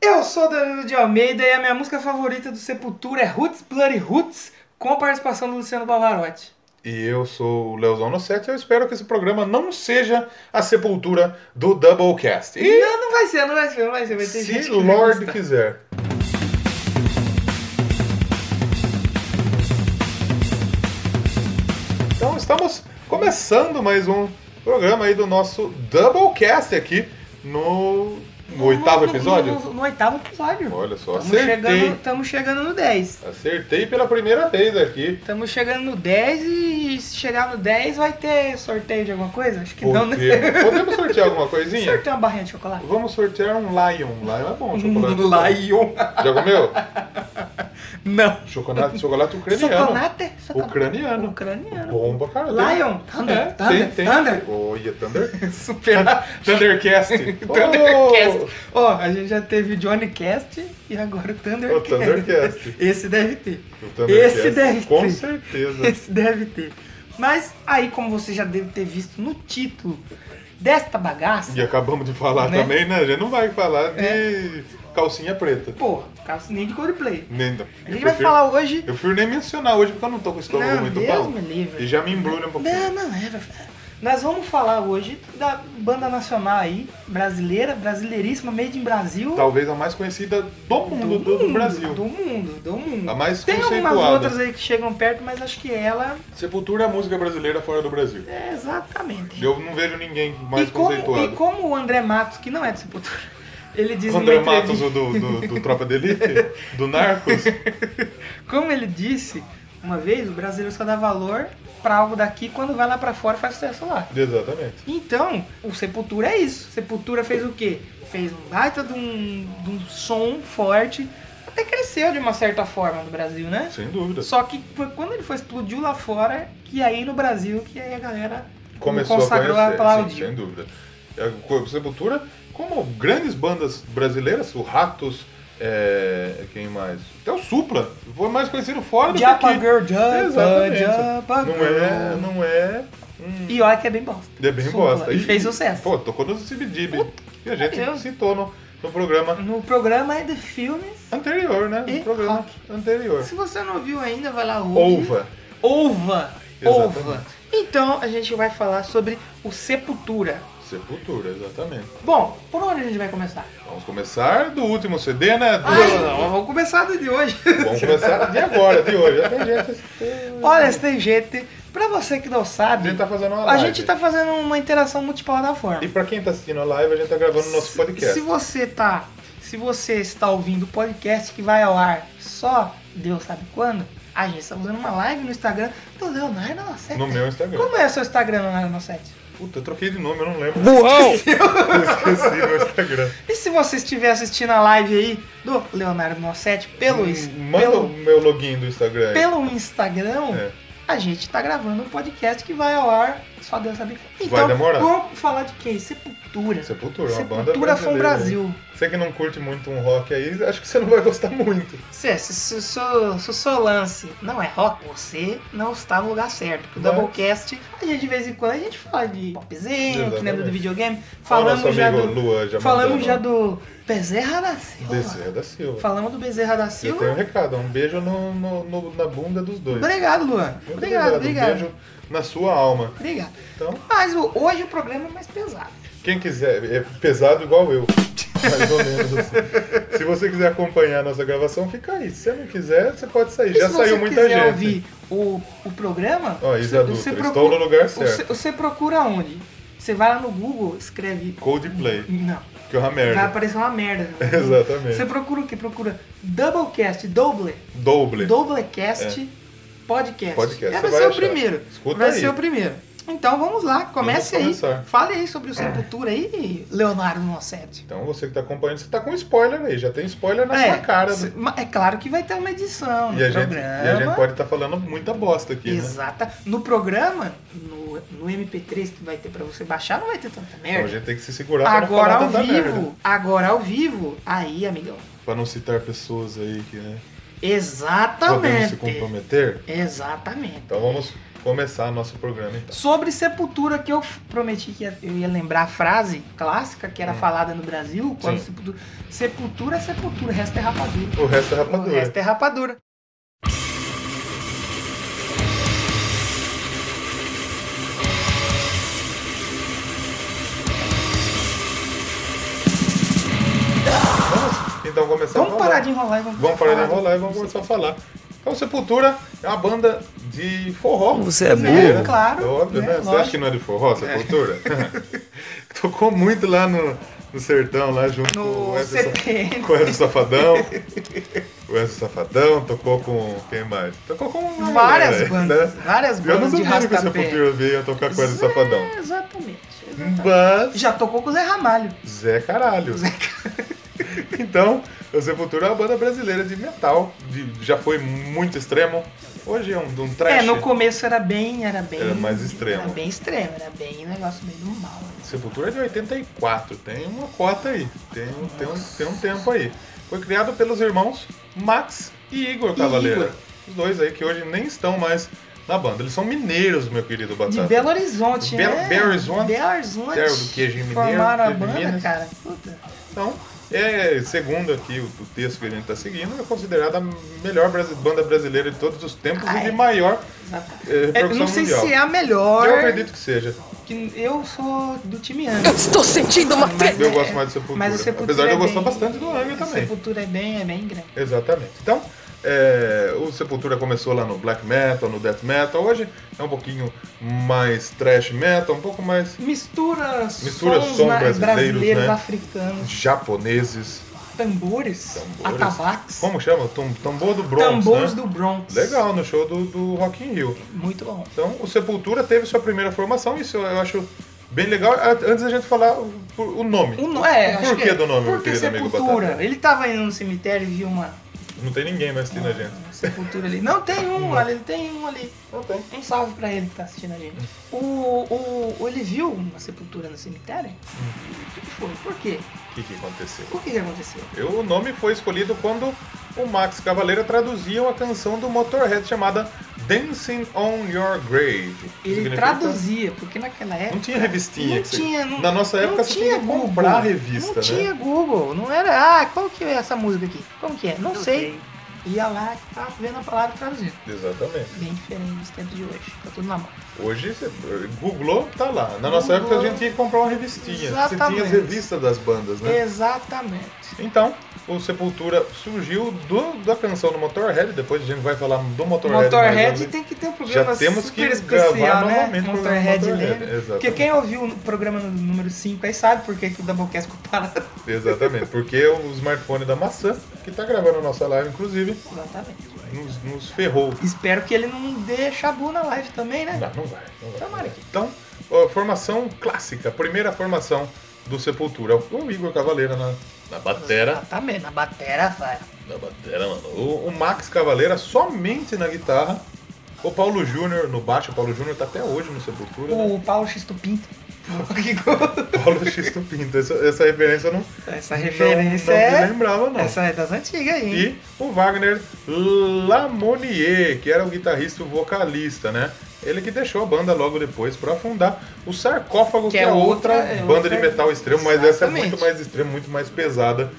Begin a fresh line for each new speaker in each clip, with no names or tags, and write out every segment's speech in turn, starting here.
Eu sou Danilo de Almeida e a minha música favorita do Sepultura é Roots Bloody Roots, com a participação do Luciano Pavarotti.
E eu sou o Leozão no set e eu espero que esse programa não seja a sepultura do Doublecast. E
Não, não vai ser, não vai ser, não vai ser. Vai ter gente
se
que
o
não
Lord
gosta.
quiser. Então estamos começando mais um programa aí do nosso Doublecast aqui no, no oitavo
No- no-
episódio.
No, no- no oitavo episódio.
Olha só,
Estamos
acertei.
chegando, tamo chegando no 10.
Acertei pela primeira vez aqui.
Estamos chegando no 10 e se chegar no 10 vai ter sorteio de alguma coisa? Acho que
Vou
não, né?
ter- Podemos sortear alguma coisinha?
Sorteio é uma barrinha de chocolate.
Vamos sortear um Lion. Lion é bom, chocolate.
Um
é.
Lion.
Já comeu?
Não.
Chocolate, chocolate ucraniano.
Soconate?
Ucraniano.
Ucraniano.
Bomba, cara.
Lion. Thunder.
É,
Thunder.
tem, tem.
Thunder.
Olha, Thunder.
Super.
Thundercast. Oh!
Thundercast. Ó, a gente já teve o Johnny Cast e agora o
Oh, o
Thundercast.
Thundercast.
Esse deve ter.
O Thundercast,
Esse deve
Com
ter.
certeza.
Esse deve ter. Mas aí, como você já deve ter visto no título desta bagaça,
E acabamos de falar
Né? É.
também, né? A gente não vai falar de calcinha preta.
pô, caso nem de Coldplay.
Nem,
A
não.
gente
Eu
vai
prefiro-
falar hoje.
Eu prefiro nem mencionar hoje porque eu não tô com o estômago
Não,
muito
Deus
bom.
me livre.
E já me embrulha um pouquinho.
Não, não é. vai- Nós vamos falar hoje da banda nacional aí, brasileira, brasileiríssima, made in Brasil.
Talvez a mais conhecida do mundo, do,
mundo,
Brasil.
Do mundo, do mundo.
A mais
Tem algumas
conceituada.
outras aí que chegam perto, mas acho que ela
Sepultura é a música brasileira fora do Brasil.
é exatamente.
Eu não vejo ninguém mais
e, como,
conceituado.
e como o André Matos, que não é de Sepultura, ele diz
O André
numa
Matos,
entrevista-
o do, do, do Tropa de Elite, do Narcos,
Como ele disse uma vez, o brasileiro só dá valor pra algo daqui quando vai lá pra fora e faz sucesso lá.
exatamente.
Então, o Sepultura é isso. Sepultura fez o quê? Fez um baita de um, de um som forte, até cresceu de uma certa forma no Brasil, né?
Sem dúvida.
Só que foi quando ele foi explodiu lá fora, que aí no Brasil, que aí a galera
Começou a
consagrou a
conhecer,
aplaudir.
sim, sem dúvida. A co- Sepultura, como grandes bandas brasileiras, o Ratos, é, quem mais? Até o Supla, foi mais conhecido fora do
Japa
que aqui.
Girl, Japa,
Exatamente.
Japa
Não é,
Girl.
não é um
E olha que é bem bosta.
É bem
Supla.
bosta.
E fez sucesso.
Pô, tocou no Zibidib. E a gente
Deus.
citou no, no programa
No programa é de filmes.
anterior, né? No
E
programa
rock.
anterior.
Se você não viu ainda, vai lá ouve.
Ouva.
Ova.
Exatamente.
Ova. Então a gente vai falar sobre o Sepultura.
Sepultura, exatamente.
Bom, por onde a gente vai começar?
Vamos começar do último CD, né? Do...
Ai, não, vamos começar do de hoje.
Vamos começar de agora, de hoje. Já tem gente.
Olha, tem gente. Pra você que não
A
sabe,
gente tá fazendo uma
a
live.
gente tá fazendo uma interação multiplataforma.
E pra quem tá assistindo a live, a gente tá gravando o nosso podcast.
Se você tá, se você está ouvindo o podcast que vai ao ar só Deus sabe quando, a gente está fazendo uma live no Instagram do Leonardo Nossete.
No meu Instagram.
Como é o seu Instagram, Leonardo Nossete?
Puta, eu troquei de nome, eu não lembro.
Burrão!
Esqueci meu Instagram.
E se você estiver assistindo a live aí do Leonardo Nossete pelo, ins-
Hum, Manda o
pelo,
meu login do Instagram aí.
pelo Instagram,
É.
a gente tá gravando um podcast que vai ao ar só Deus sabe quando. Então,
Vai demorar.
vamos falar de quem? Sepultura.
Sepultura, uma banda
Sepultura foi um
brasileira, né?
Brasil.
Você que não curte muito um rock aí, acho que você não vai gostar muito.
Se, se, se, se, se o seu lance não é rock, você não está no lugar certo. Porque o
Mas-
Doublecast, a gente de vez em quando a gente fala de popzinho, que lembra
Exatamente.
do videogame.
Fala nosso
Falamos já
amigo
do.
Lua, já
Falamos já
mandou,
do Bezerra da
né?
Silva.
Bezerra da Silva.
Falamos do Bezerra da
Eu tenho um
Silva.
recado, um beijo no, no- no- na bunda dos dois.
Obrigado, Luan.
Muito
Obrigado,
Um
obrigado.
beijo na sua alma.
Obrigado.
Então,
Mas o- hoje o programa é mais pesado.
quem quiser, é pesado igual eu. Mais ou menos assim. Se você quiser acompanhar a nossa gravação, fica aí. Se você não quiser, você pode sair.
E
já
se
saiu
você
muita
quiser
gente.
ouvir o, o programa,
Ó, Isa Dutra, estou no lugar certo.
Você, você procura onde? Você vai lá no Google, escreve.
Coldplay,
Não.
que é uma merda.
Vai aparecer uma merda. né?
Exatamente.
Você procura o quê? Procura Doublecast, Double,
Doble.
Doublecast, Podcast.
Podcast,
É, vai
você vai
ser o
achar.
primeiro.
Escuta
vai
aí.
ser o primeiro. Então vamos lá, comece
Vamos
aí.
começar.
Fale aí sobre o Sepultura aí, Leonardo Nocete.
Então você que tá acompanhando, você tá com spoiler aí. Já tem spoiler na sua cara. do-
se- ma- é claro que vai ter uma edição no
E a, gente, e
programa.
a gente pode estar falando muita bosta aqui, né?
Exata. No programa, no, no MP3 que vai ter pra você baixar, não vai ter tanta
Então a
merda.
gente tem que se segurar
agora
pra não
ao
falar tanta
vivo,
merda.
agora ao vivo, aí, amigão.
Pra não citar pessoas aí que, né? Podemos se
Exatamente.
comprometer.
Exatamente.
Então vamos começar nosso programa então.
Sobre Sepultura, que eu f- prometi que ia- eu ia lembrar a frase clássica que era
Hum.
falada no Brasil, quando
Sim.
sepultura, sepultura é sepultura, o resto é rapadura.
O resto é
O
rapadura.
resto é rapadura.
Vamos então começar a
Vamos
falar.
parar de enrolar e vamos
Vamos parar de
falar.
enrolar e vamos começar a falar. Então, Sepultura é uma banda de forró.
Você é
brasileira.
burro. É, claro,
Óbvio,
né?
né? Você acha
Lógico.
que não é de forró, Sepultura? Tocou muito lá no, no Sertão, lá junto com o
No
Edson
CPN.
com o Enzo Safadão. o Enzo Safadão tocou com quem mais? Tocou com um uma
Várias
galera,
bandas,
né?
várias
Eu não
bandas de
duvido que o
rastapé.
Sepultura veio tocar com o Enzo Safadão.
É, Exatamente. exatamente.
Mas
Já tocou com o Zé Ramalho.
Zé Caralho.
Zé
então, o Sepultura é uma banda brasileira de metal, de- já foi muito extremo. Hoje é um, um trash.
É, no começo era bem, era bem.
Era mais extremo.
Era bem extremo, era bem um negócio bem normal. né?
Sepultura é de 84, tem uma cota aí, tem, um- tem, um, tem um tempo aí. Foi criado pelos irmãos Max e Igor Cavaleira.
Igor.
Os dois aí que hoje nem estão mais na banda. Eles são mineiros, meu querido
De
Batata.
Belo Horizonte,
Belo-
né?
Belo Horizonte.
Belo Horizonte.
Terra do queijo mineiro,
Formaram a
queijo de
banda,
Minas.
cara. Puta.
Então, é, segundo aqui o, o texto que a gente está seguindo, é considerada a melhor brasi- banda brasileira de todos os tempos
Ah,
e
é.
de maior
exatamente.
é, repercussão
Eu não sei
mundial.
se é a melhor.
Eu acredito que seja.
que eu sou do time Angra.
Eu estou sentindo uma
Mas-
treta.
Eu gosto mais do Sepultura.
É, Mas o Sepultura
Apesar de eu
é
gostar
bem-
bastante do Angra também.
Sepultura é bem, é bem grande.
Exatamente. Então, é, o Sepultura começou lá no black metal, no death metal. Hoje é um pouquinho mais trash metal, um pouco mais
Mistura,
Mistura
sons
som
na-
brasileiros, né?
africanos,
japoneses.
tambores,
Tambores.
atabaques,
Como chama? Tom, tambor do Bronx,
tambores
né?
do Bronx.
Legal, no show do, do Rock in Rio.
Muito bom.
Então, o Sepultura teve sua primeira formação, isso eu acho bem legal. A- Antes da gente falar o, o nome.
O, no- é,
o
acho
porquê
que-
do nome, meu
por que
querido amigo
Sepultura?
Batata?
Ele tava indo no cemitério e viu uma
Não tem ninguém mais
Ah.
assistindo a gente.
sepultura ali. Não, tem um ali, tem um ali.
Não tem.
Um salve pra ele que tá assistindo a gente. O, o, o- ele viu uma sepultura no cemitério?
Hum.
O que que foi? Por quê?
O que, que aconteceu?
O que, que aconteceu?
Eu- o nome foi escolhido quando o Max Cavaleira traduzia uma canção do Motorhead chamada Dancing on Your Grave.
Ele
Significa- tá-
traduzia, porque naquela época.
Não tinha revistinha.
Não
que você-
tinha, não-
Na nossa
não
época você
tinha
tinha que comprar a
Google.
revista,
não
né?
tinha Google, não era. Ah, qual que é essa música aqui? Como que é? Não, sei. Ia lá e tava vendo a palavra traduzida.
Exatamente.
Bem diferente dos tempos de hoje. Tá tudo na mão.
Hoje você googlou, tá lá. Na nossa
Googlou.
época a gente tinha que comprar uma revistinha. Você
Exatamente. É.
tinha as revistas das bandas, né?
Exatamente.
Então, o Sepultura surgiu do- da canção do Motorhead, depois a gente vai falar do Motorhead. mais
Motorhead
ou menos.
tem que ter um programa
já temos que
super
gravar
especial, né?
novamente o programa
Motorhead
Motorhead.
lembra. Porque
Exatamente.
quem ouviu o programa no número 5 aí sabe por que que o Doublecast ficou parado.
Exatamente, porque o smartphone da maçã, que tá gravando a nossa live, inclusive,
Exatamente.
nos, nos ferrou.
Espero que ele não dê chabu na live também, né?
Não, não vai. Não vai.
Tomara que-
Então, ó, formação clássica, primeira formação do Sepultura. O Igor Cavaleira na, na batera.
Exatamente. Na batera, vai.
Na batera, mano. O, o Max Cavaleira somente na guitarra. O Paulo Júnior no baixo. O Paulo Júnior tá até hoje no Sepultura. né?
O Paulo Xisto Pinto. Que gol.
Paulo Xisto Pinto. Essa, essa referência eu não,
Essa
não,
referência
não me
é.
lembrava, não.
Essa é das antigas aí. hein?
e o Wagner Lamonier, que era o guitarrista e o vocalista, né? Ele que deixou a banda logo depois pra fundar o Sarcófago, que, é outra,
é
banda
outra-
de metal extremo, mas essa é
Exatamente.
muito mais extrema, muito mais pesada,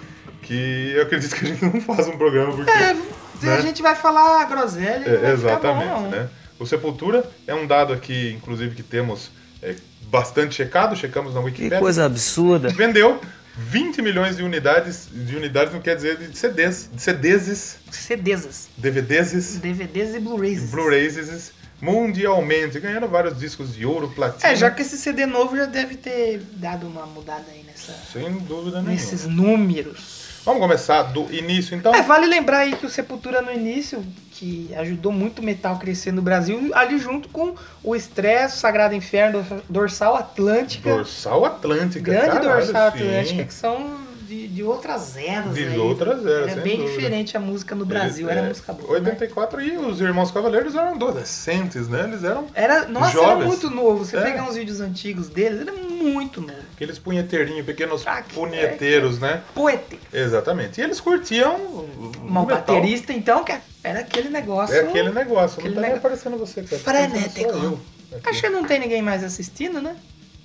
que eu acredito que a gente não faz um programa porque...
E É, a
né?
gente vai falar groselha. e não
É,
vai ficar
exatamente,
bom, não.
né? O Sepultura é um dado aqui, inclusive, que temos é, bastante checado, checamos na
Que
Wikipedia.
coisa absurda.
Vendeu 20 milhões de unidades, de unidades não quer dizer de CDs, de CDs,
CDs,
DVDs,
DVDs e Blu-rays.
Blu-rays mundialmente, ganhando vários discos de ouro, platina.
É, já que esse CD novo já deve ter dado uma mudada aí nessa,
Sem dúvida nenhuma.
nesses números.
Vamos começar do início, então?
É, vale lembrar aí que o Sepultura no início, que ajudou muito o metal a crescer no Brasil, ali junto com o Estresse, Sagrado Inferno, Dorsal Atlântica,
Dorsal Atlântica.
Grande
caralho,
Dorsal
sim.
Atlântica, que são de, de outras eras.
De
aí.
outras eras,
Era
sem
bem
dúvida.
diferente a música no Brasil,
Eles,
era
é,
música boa. né?
84 e os Irmãos Cavaleiros eram adolescentes, né? Eles eram
Era, nossa, era
Jovens.
muito novo. Você
É.
pegar uns vídeos antigos deles, era muito novo.
aqueles punheteirinhos, pequenos
Ah, que
punheteiros, né?
Poeta.
Exatamente. E eles curtiam o o
Mal
metal.
baterista, então, que é- Era aquele negócio.
É aquele negócio,
Aquele
não tá nem
negócio.
aparecendo você, cara. Tá
Frenético.
aparecendo só eu aqui.
Acho que não tem ninguém mais assistindo, né?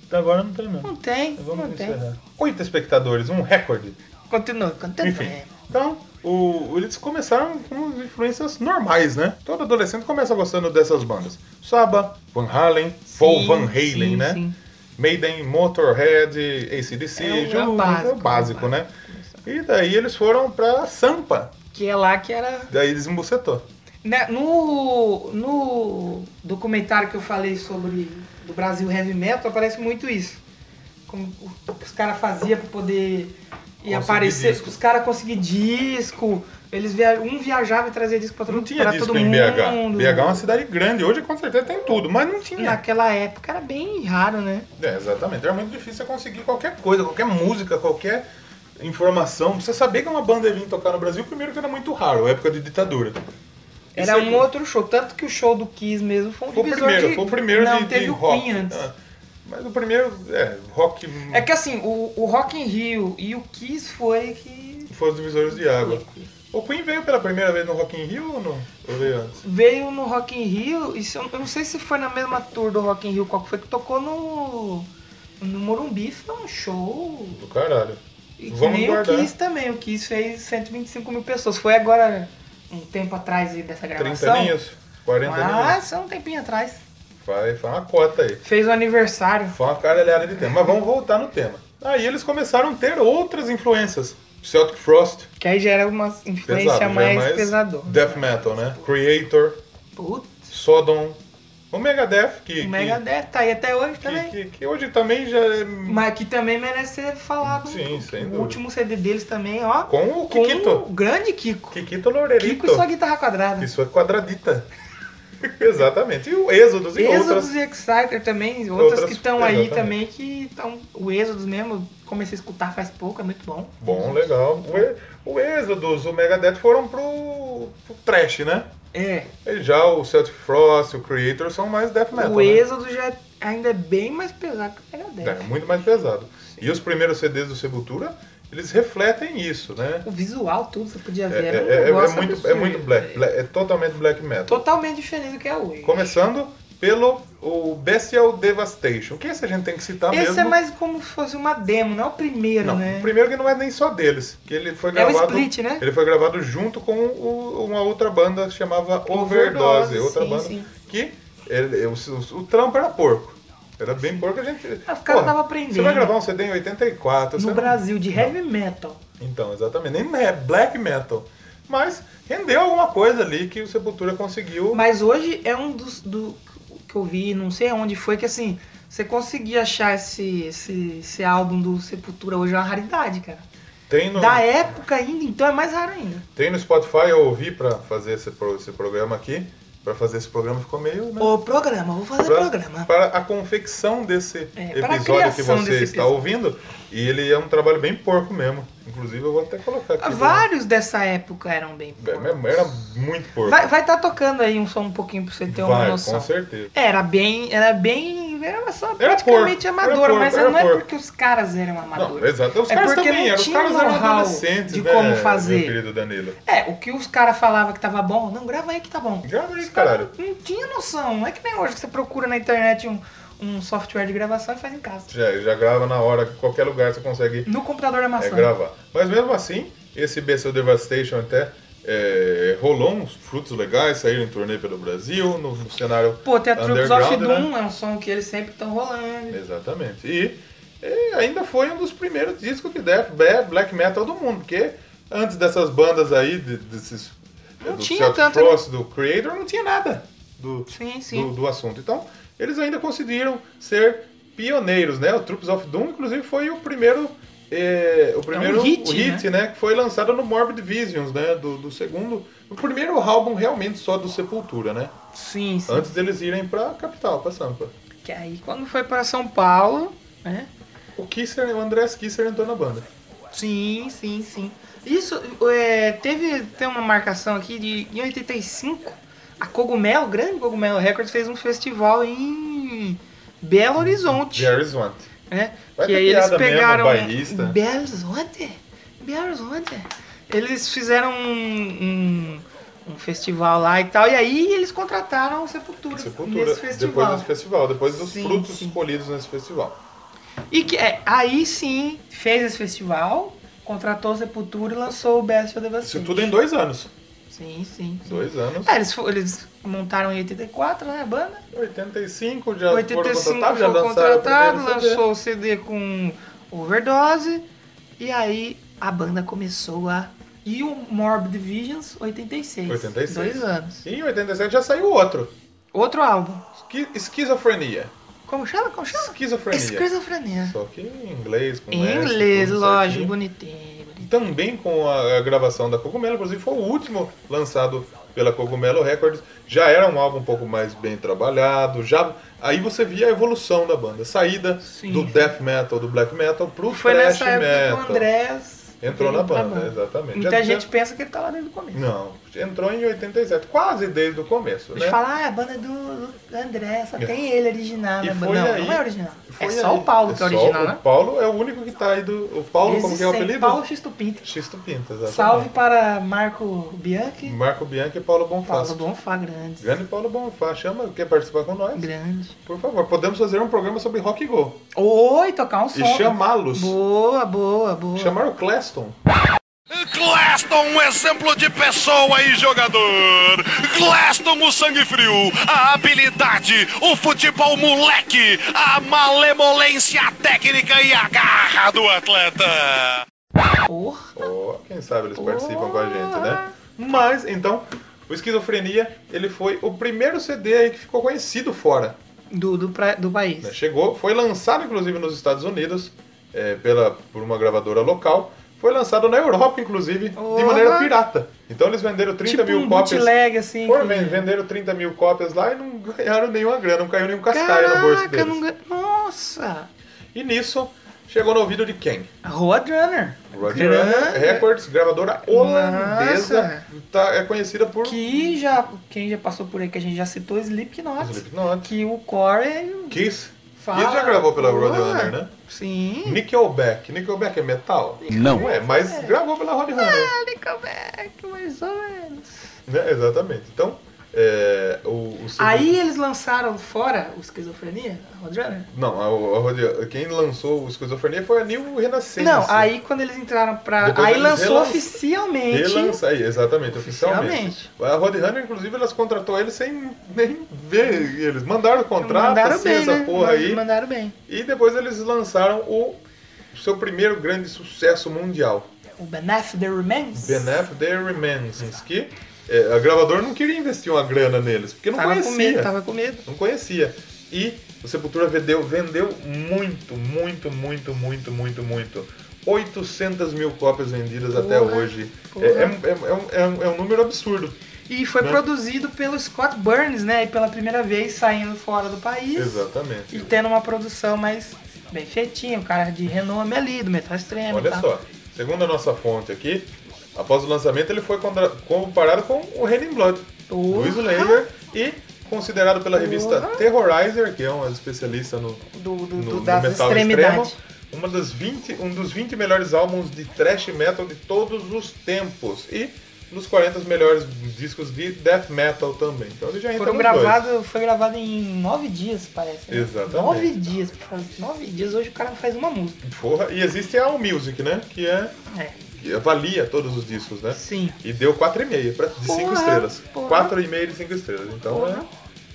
Até agora não tem mesmo.
Não tem.
Vamos
não tem.
encerrar. Oito espectadores, um recorde.
Continua, continua.
Enfim. Então, o- eles começaram com as influências normais, né? Todo adolescente começa gostando dessas bandas. Saba, Van Halen, Paul
Sim,
Van Halen,
sim,
né?
sim.
Maiden, Motorhead,
É
ACDC,
o- é o
Judas,
básico,
é o básico,
é o
né?
básico.
E daí eles foram pra Sampa.
Que é lá que era.
Daí desembucetou.
né, No, no documentário que eu falei sobre do Brasil Heavy Metal, aparece muito isso. Como o que os caras faziam pra poder e
Conseguir
aparecer.
disco.
Os caras conseguiam disco. Eles via... Um viajava e trazia disco pra, todo-
Não tinha
Hum, pra
disco
todo
em
mundo.
BH. BH é uma cidade grande. Hoje com certeza tem tudo, mas não tinha.
Naquela época era bem raro, né?
É, exatamente. Era muito difícil você conseguir qualquer coisa, qualquer música, qualquer informação. Você sabia que uma banda ia vir tocar no Brasil, primeiro que era muito raro, época de ditadura. E
Era
segundo-
um outro show. Tanto que o show do Kiss mesmo foi um
Foi o
divisor
primeiro,
de...
foi o primeiro
Não,
de,
teve
de
o
rock.
Queen antes.
Ah, Mas o primeiro, é, rock
É que assim, o, o Rock in Rio e o Kiss foi que...
foi os divisores de água. O Queen veio pela primeira vez no Rock in Rio ou não? Ou veio antes?
Veio no Rock in Rio, e se eu, eu não sei se foi na mesma tour do Rock in Rio, qual que foi que tocou no... No Morumbi foi um show...
Do caralho.
E que
Vamos
nem
guardar.
o Kiss também, o Kiss fez 125 mil pessoas. Foi agora, um tempo atrás aí dessa
30
gravação.
aninhos, 40 aninhos.
Mas, é um tempinho atrás.
Vai, foi uma cota aí.
Fez o aniversário.
Foi uma caralhada de tema. Mas vamos voltar no tema. Aí eles começaram a ter outras influências. Celtic Frost,
Que aí já era uma influência
pesado, já é
mais, pesadora.
Death metal, né? Creator,
Putz,
Sodom, o Megadeth, que,
o
que-
Megadeth tá aí até hoje
que,
também.
que, que hoje também já é
Mas que também merece ser falado.
Sim,
o
sem dúvida.
último CD deles também, ó.
com
com
o Kikito.
o grande Kiko.
Kikito Lorelito.
Kiko e sua guitarra quadrada.
Isso é quadradita. Exatamente. E o Êxodos e outras.
Êxodos e Exciter também, outras,
outras-
que estão aí
exatamente.
também, que estão. O Êxodos mesmo, comecei a escutar faz pouco, é muito bom.
Bom, legal. O, Ê- o Êxodos, o Megadeth foram pro, pro trash, né?
É.
E já o Celtic Frost, o Creator são mais death metal.
o
né?
Êxodo já é- ainda é bem mais pesado que o
É,
Megadeth.
muito mais pesado. E os primeiros CDs do Sepultura, eles refletem isso, né?
O visual, tudo, você podia
É,
ver. era um
é- é- é
negócio
muito, é
absurdo.
muito black, black- é totalmente black metal.
Totalmente diferente do que é hoje.
Começando pelo o Bestial Devastation, que esse a gente tem que citar
Esse
tá mesmo.
é mais como se fosse uma demo, não é o primeiro,
Não,
né?
o primeiro que não é nem só deles, que ele foi
É o
gravado.
split, né?
Ele foi gravado junto com o- uma outra banda que chamava Overdose,
Overdose,
outra
sim,
banda
sim.
que ele- o, o, o trampo era porco. Era bem porco a gente.
Ah, Os
É. Porra,
caras tava
Você
aprendendo.
vai gravar um CD em 84, você
no
não-
Brasil, de heavy metal.
Então, exatamente. Nem é black metal. Mas rendeu alguma coisa ali que o Sepultura conseguiu.
Mas hoje é um dos do, que eu vi, não sei onde foi, que assim, você conseguia achar esse, esse, esse álbum do Sepultura hoje é uma raridade, cara.
Tem no,
Da época ainda, então é mais raro ainda.
tem no Spotify, eu ouvi pra fazer esse, pro- esse programa aqui. Pra fazer esse programa ficou meio. né?
O programa, vou fazer
Pra-
programa.
Para a confecção desse
É, para a
episódio que
criação
você
desse
está
episódio.
ouvindo. E ele é um trabalho bem porco mesmo. Inclusive, eu vou até colocar aqui.
Vários dessa época eram bem.
É, mesmo, Era muito porco.
Vai vai tá tocando aí um som um pouquinho pra você ter uma
Vai,
noção.
com certeza.
Era bem. Era bem. Era só
porco,
praticamente
era
amadora,
porco,
mas
era
não é
porco.
porque os caras eram amadores.
Não, exato. Os
É
caras
porque
também
não
eram. Os
tinha
caras eram
know-how
adolescentes,
de
né,
como fazer.
Meu querido Danilo.
É, o que os caras falavam que tava bom, não, grava aí que tá bom.
Grava aí, caralho.
Não tinha noção. Não é que nem hoje que você procura na internet um, um software de gravação e faz em casa.
Já, já grava na hora, qualquer lugar você consegue
No computador da
é,
maçã.
gravar. Mas mesmo assim, esse BC Devastation até é, rolou uns frutos legais, saíram em turnê pelo Brasil, no, no cenário.
Pô, tem a Troops of
Underground, né? É.
Doom, é um som que eles sempre estão rolando.
Exatamente. E, é, ainda foi um dos primeiros discos de death, ba- black metal do mundo, porque antes dessas bandas aí, de- desses.
Não
do
tinha
Celtic
tanto, né?
Frost, do Creator, não tinha nada do,
Sim,
do,
sim.
do assunto. Então, eles ainda conseguiram ser pioneiros, né? O Troops of Doom, inclusive, foi o primeiro. eh, o primeiro
É um hit,
o hit né? Que foi lançado no Morbid Visions, né? Do, do segundo. O primeiro álbum realmente só do Sepultura, né?
Sim, sim.
Antes deles irem pra capital, pra Sampa.
Que aí quando foi pra São Paulo, né?
O Kisser, o Andrés Kisser entrou na banda.
Sim, sim, sim. Isso, é, teve tem uma marcação aqui de em 85, a Cogumelo, grande Cogumelo Records, fez um festival em Belo Horizonte.
Jerry Swant.
né?
Vai
que
ter
aí eles
piada mesmo,
pegaram
bairrista.
Belo Horizonte, Belo Horizonte. Eles fizeram um, um, um festival lá e tal. E aí eles contrataram o Sepultura,
Sepultura,
nesse
depois
festival.
desse festival, depois dos
Sim,
frutos
sim.
colhidos nesse festival.
E que, é, aí sim fez esse festival, contratou o Sepultura e lançou o Best of the Best.
Isso tudo em dois anos.
Sim, sim. sim.
Dois anos.
É, eles, fo- eles montaram em 84, né, a banda?
85 já
85
foram contratados, já
foi
lançaram o
contratado,
primeiro CD.
lançou o CD com overdose. E aí a banda começou a. E o Morbid Visions, 86.
86.
Dois anos.
E em 87 já saiu outro.
Outro álbum.
Esqui- Esquizofrenia.
Como chama? Como chama?
Esquizofrenia.
Esquizofrenia.
Só que em inglês, com
Em
S, tudo
inglês,
certinho.
lógico, bonitinho. bonitinho.
Também com a a gravação da Cogumelo, inclusive foi o último lançado pela Cogumelo Records. Já era um álbum um pouco mais bem trabalhado. Já aí você via a evolução da banda, a saída
Sim.
do death metal, do black metal pro
Foi
thrash
nessa época
metal.
que o Andrés.
Entrou na
veio pra
banda, exatamente.
Muita
Já- já-
gente pensa que ele tá lá desde o começo.
Não, entrou em 87, quase desde o começo,
Eles
né?
falam, ah, a banda do, do André, só tem ele original
E
na
foi
banda. Não,
aí-
não é original.
Foi
É só
aí.
o Paulo que é
só
original,
o
né?
Paulo é o único que tá aí do. O Paulo, como que é o
Existem
apelido?
Paulo Xistupinta.
Xisto Pinta, exatamente. Hum,
Salve para Marco Bianchi.
Marco Bianchi e Paulo Bonfá.
Paulo Bonfá, grande.
Grande Paulo Bonfá, chama, quer participar com nós?
Grande.
Por favor, podemos fazer um programa sobre rock and roll.
Oi, tocar um som.
E chamá-los.
Boa, boa, boa.
Chamar o Cleston.
Glaston, um exemplo de pessoa e jogador. Glaston, o sangue frio, a habilidade, o futebol moleque, a malemolência técnica e a garra do atleta.
Porra.
Ó, quem sabe eles
Ó.
participam com a gente, né? Mas, então, o Esquizofrenia, ele foi o primeiro CD aí que ficou conhecido fora.
Do, do, pra- do país. Tipo
né? Chegou, foi lançado inclusive nos Estados Unidos é, pela, por uma gravadora local. Foi lançado na Europa, inclusive, de
Porra!
maneira pirata. Então eles venderam 30
tipo
mil
um
cópias.
bootleg, assim.
Pô,
que-
ven- venderam 30 mil cópias lá e não ganharam nenhuma grana, não caiu nenhum cascaio no bolso
Caraca,
deles.
não ganha. Nossa.
E nisso, chegou no ouvido de quem?
Roadrunner.
Roger
Grande.
Records, gravadora holandesa,
Nossa.
tá, é conhecida por
Que já. Quem já passou por aí, que a gente já citou, Slipknot.
Slipknot,
Que o Corey
Kiss.
fala.
Kiss já gravou pela
Porra.
Roadrunner, né?
Sim.
Nickelback. Nickelback é metal? Não é, mas gravou pela Roadrunner.
Nickelback, mais ou menos.
Né, exatamente. Então, é, o, o segundo-
Aí eles lançaram fora o Esquizofrenia, a Roadrunner?
Não, a, a Rodrigo- quem lançou o Esquizofrenia foi a New Renascença.
Não, aí quando eles entraram pra.
Depois
aí
eles
lançou
relan-
oficialmente.
Relança aí, exatamente, oficialmente.
Oficialmente.
A Roadrunner, inclusive, elas contratou eles sem nem ver eles. Mandaram o contrato,
mandaram
assim,
bem,
essa
né?
porra aí.
Mandaram bem.
E depois eles lançaram o seu primeiro grande sucesso mundial,
O Benef The Remains.
Benef The Remains, que é, a gravadora não queria investir uma grana neles, porque não
Tava
conhecia.
com medo, tava com medo.
Não conhecia. E o Sepultura vendeu, vendeu muito, muito, muito, muito, muito, muito. 800 mil cópias vendidas até
Porra,
hoje.
porra.
É, é um- é um- é um- é um- é um número absurdo.
E foi
Né?
produzido pelo Scott Burns, né? E pela primeira vez saindo fora do país.
Exatamente.
E tendo uma produção mais bem feitinha, um cara de renome ali, do metal extremo. e
Olha
tal.
só, segundo a nossa fonte aqui, após o lançamento ele foi contra- comparado com o Raining Blood,
Porra.
do Slayer, e considerado pela revista
Porra.
Terrorizer, que é uma especialista no,
Do, do,
no,
do-
no
das
metal
extremidades.
extremo, uma das 20, um dos 20 melhores álbuns de thrash metal de todos os tempos e nos 40 melhores discos de death metal também. Então ele já entra
Foram
nos dois.
gravado, foi gravado em nove dias, parece. né?
Exatamente.
Nove dias. pra fazer- Nove dias. Hoje o cara faz uma música.
Porra, e existe a All Music, né, que é
É.
que avalia todos os discos, né?
Sim.
E deu 4,5 pra- de 5
Porra,
estrelas.
porra.
4,5 de 5 estrelas. Então
Porra.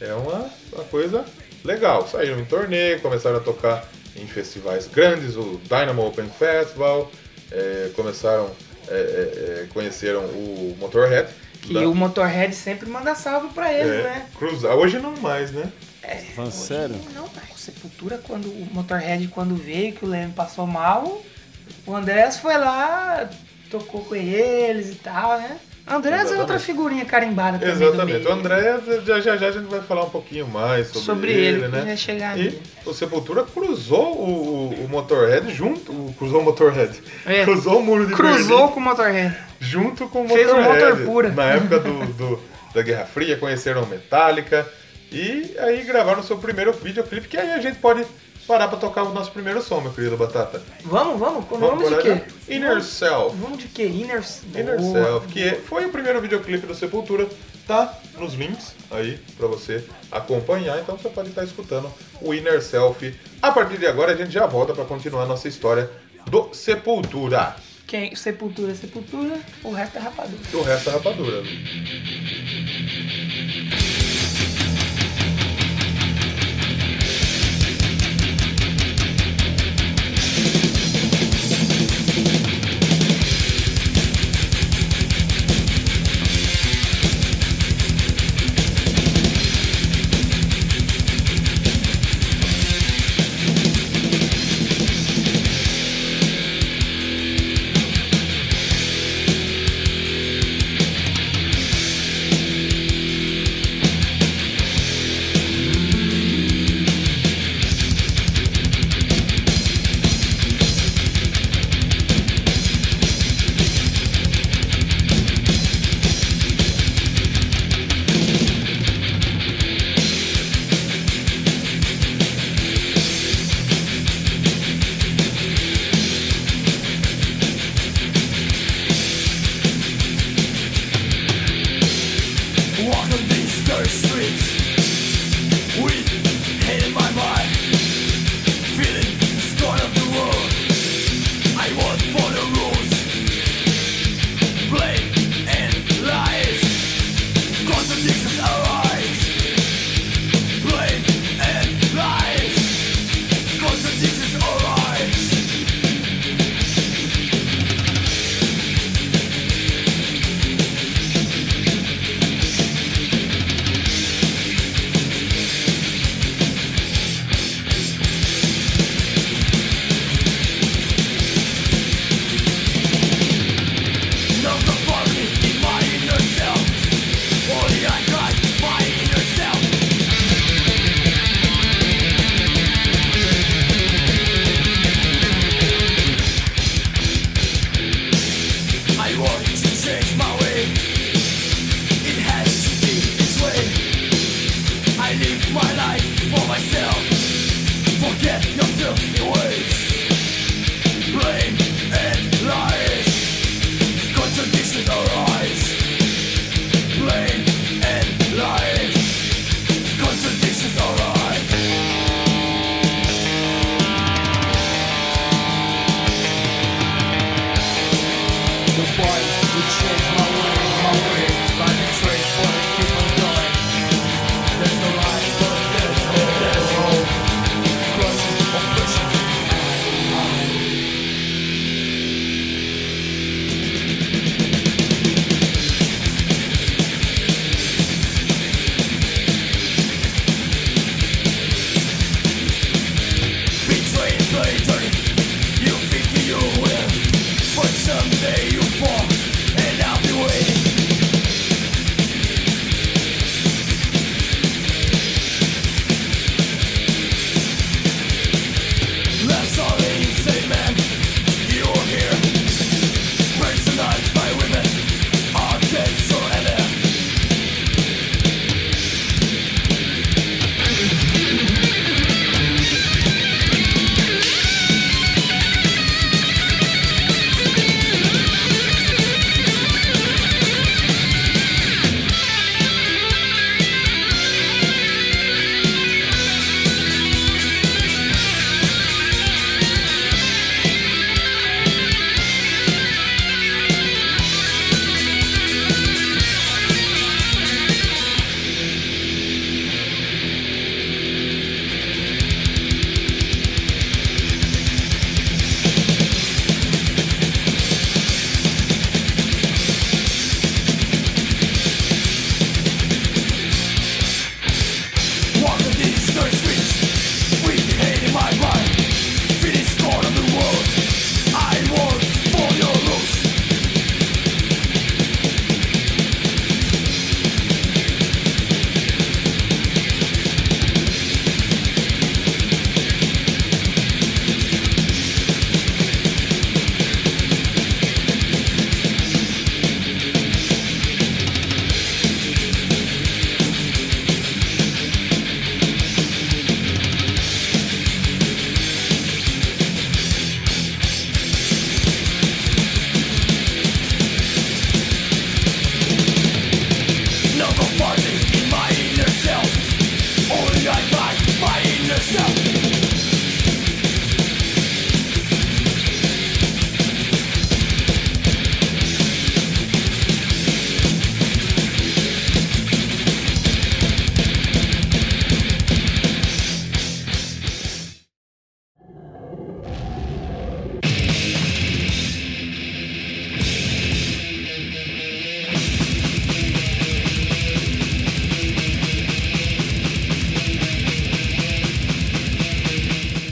é, é uma, uma coisa legal. Saíram em torneio, começaram a tocar em festivais grandes, o Dynamo Open Festival, é, começaram, é, é, é, conheceram o Motorhead.
E
da-
o Motorhead sempre manda salve pra
é,
ele, né?
Cruza- Hoje não mais, né?
Falando sério?
Não, mas o Sepultura, quando o Motorhead, quando veio, que o Leme passou mal, o Andrés foi lá, tocou com eles e tal, né? Andrés é
Exatamente.
outra figurinha carimbada Ah, também. do
Exatamente.
meio.
O André, já, já já a gente vai falar um pouquinho mais sobre,
Sobre ele, que é
né?
vai chegar
e
nele.
o Sepultura cruzou o, o- o Motorhead junto. o- cruzou o Motorhead.
É.
Cruzou o muro de Berlim.
Cruzou com o Motorhead.
junto com o
Fez um
Motorhead.
motor pura.
Na época do, do- da Guerra Fria, conheceram o Metallica. E aí gravaram o seu primeiro videoclipe, que aí a gente pode parar pra tocar o nosso primeiro som, meu querido Batata.
Vamos, vamos, vamos de quê?
olhar? né? Inner Self.
Vamos de quê? Inner,
Inner
Boa.
Self, que é- foi o primeiro videoclipe do Sepultura, tá nos links aí pra você acompanhar, então você pode estar escutando o Inner Self. A partir de agora a gente já volta pra continuar nossa história do Sepultura.
Quem, sepultura, é sepultura, o resto é rapadura.
Do resto é rapadura.
Walk on these dark streets with hate in my mind, feeling scorn of the world. I won't follow rules, blame and lies. Contradictions arise, blame and lies. Contradictions arise. Not the party in my inner self. Only I got my inner self. I want to change my way. It has to be this way. I live my life for myself. Forget your filthy ways. Blame and lies. Contradictions arise. Blame and lies. Contradictions arise. The fight would change my way, my way. By the trace for the keep on going. There's no life, but there's hope, there's hope. Crushing oppressions. Betrayed by eternity. You think you win, but someday you fall, and I'll be waiting.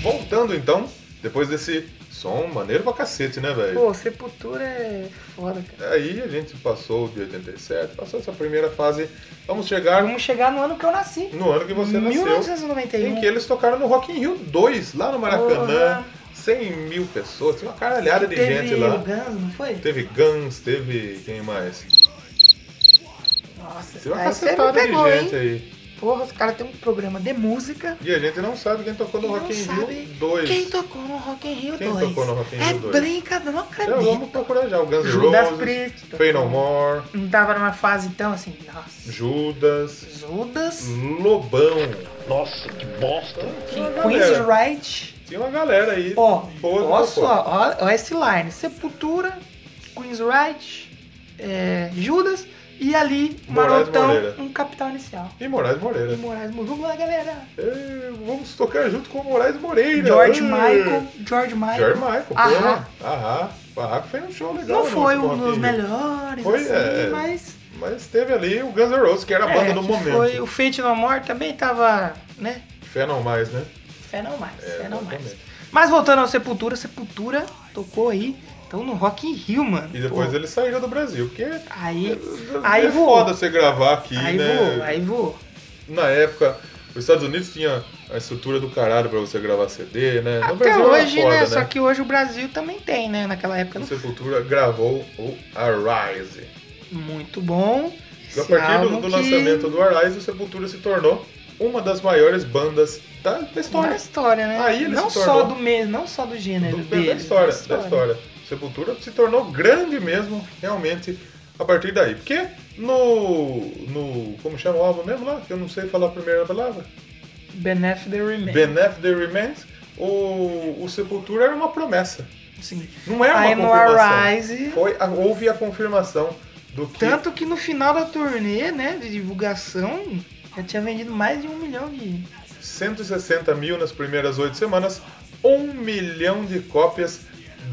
Voltando então, depois desse som maneiro pra cacete, né, velho?
Pô, Sepultura é foda, cara.
Aí a gente passou de 87, passou essa primeira fase. Vamos chegar
Vamos chegar no ano que eu nasci.
no ano que você nasceu,
1991.
em que eles tocaram no Rock in Rio 2, lá no Maracanã. 100 mil pessoas, tinha uma caralhada de
Teve
gente lá.
o Guns, não foi?
Teve Guns, teve quem mais?
Nossa,
Teve uma
aí você me
cacetada
pegou,
de gente
é hein?
aí.
Porra, os caras têm um programa de música.
E a gente não sabe quem tocou no
e
Rock
não
in
sabe
Rio 2.
Quem tocou no Rock in Rio
Quem
2?
tocou no Rock in Rio 2?
É brincadeira, não
Então, vamos
acredito.
procurar já. O Guns N'
Judas
Roses,
Priest.
Faith No More,
Não tava numa fase então assim, nossa.
Judas,
Judas,
Lobão.
Nossa, que bosta.
Tinha uma
Queen's
galera,
Right.
tinha uma galera aí.
Ó,
boa que
ó
tocou.
só, ó, ó esse line. Sepultura, Queen's Right, é, Judas e ali,
Moraes
Marotão,
Moreira.
um capital inicial.
E Moraes Moreira.
E Moraes, Moreira. vamos lá galera.
É, vamos tocar junto com o Moraes Moreira.
George
É.
Michael, George Michael.
George Michael, pô.
Ahá.
Ahá. O Ahá foi um show legal.
Não
no
foi
último
um
Rock
dos
in Rio.
melhores,
Foi,
assim,
é.
mas.
Mas teve ali o Guns N' Roses, que era a banda
é,
do
que
momento.
Foi, o Fate No More também tava, né?
Fé não mais, né?
Fé não mais,
É,
fé não
exatamente.
mais. Mas voltando ao Sepultura, Sepultura tocou aí, então no Rock in Rio, mano.
E depois
Pô,
ele saiu do Brasil, porque...
Aí,
é
aí voou.
foda você gravar aqui,
aí
né?
voou, aí voou.
Na época, os Estados Unidos tinha a estrutura do caralho pra você gravar CD, né? No
Até
Brasil era
hoje,
foda,
né? Só que hoje o Brasil também tem, né? Naquela época.
O
não-
Sepultura gravou o Arise.
Muito bom.
E a
esse
partir do,
álbum
do
que-
lançamento do Arise, o Sepultura se tornou uma das maiores bandas da, da
Uma
história.
história, né?
Aí ele
não
se
só
tornou-
do mesmo, não só do gênero
Do- Então, é da,
É, dele,
da história,
da
da história. Sepultura se tornou grande mesmo, realmente, a partir daí. Porque no. no como chama o álbum mesmo lá? Que eu não sei falar a primeira palavra.
Benef the Remains.
Benef the Remains, o, o Sepultura era uma promessa.
Sim.
Não é uma
Aí no
confirmação.
Arise.
Foi, a- houve a confirmação do que.
Tanto que no final da turnê, né, de divulgação, já tinha vendido mais de um milhão de.
160 mil nas primeiras oito semanas, 1 milhão de cópias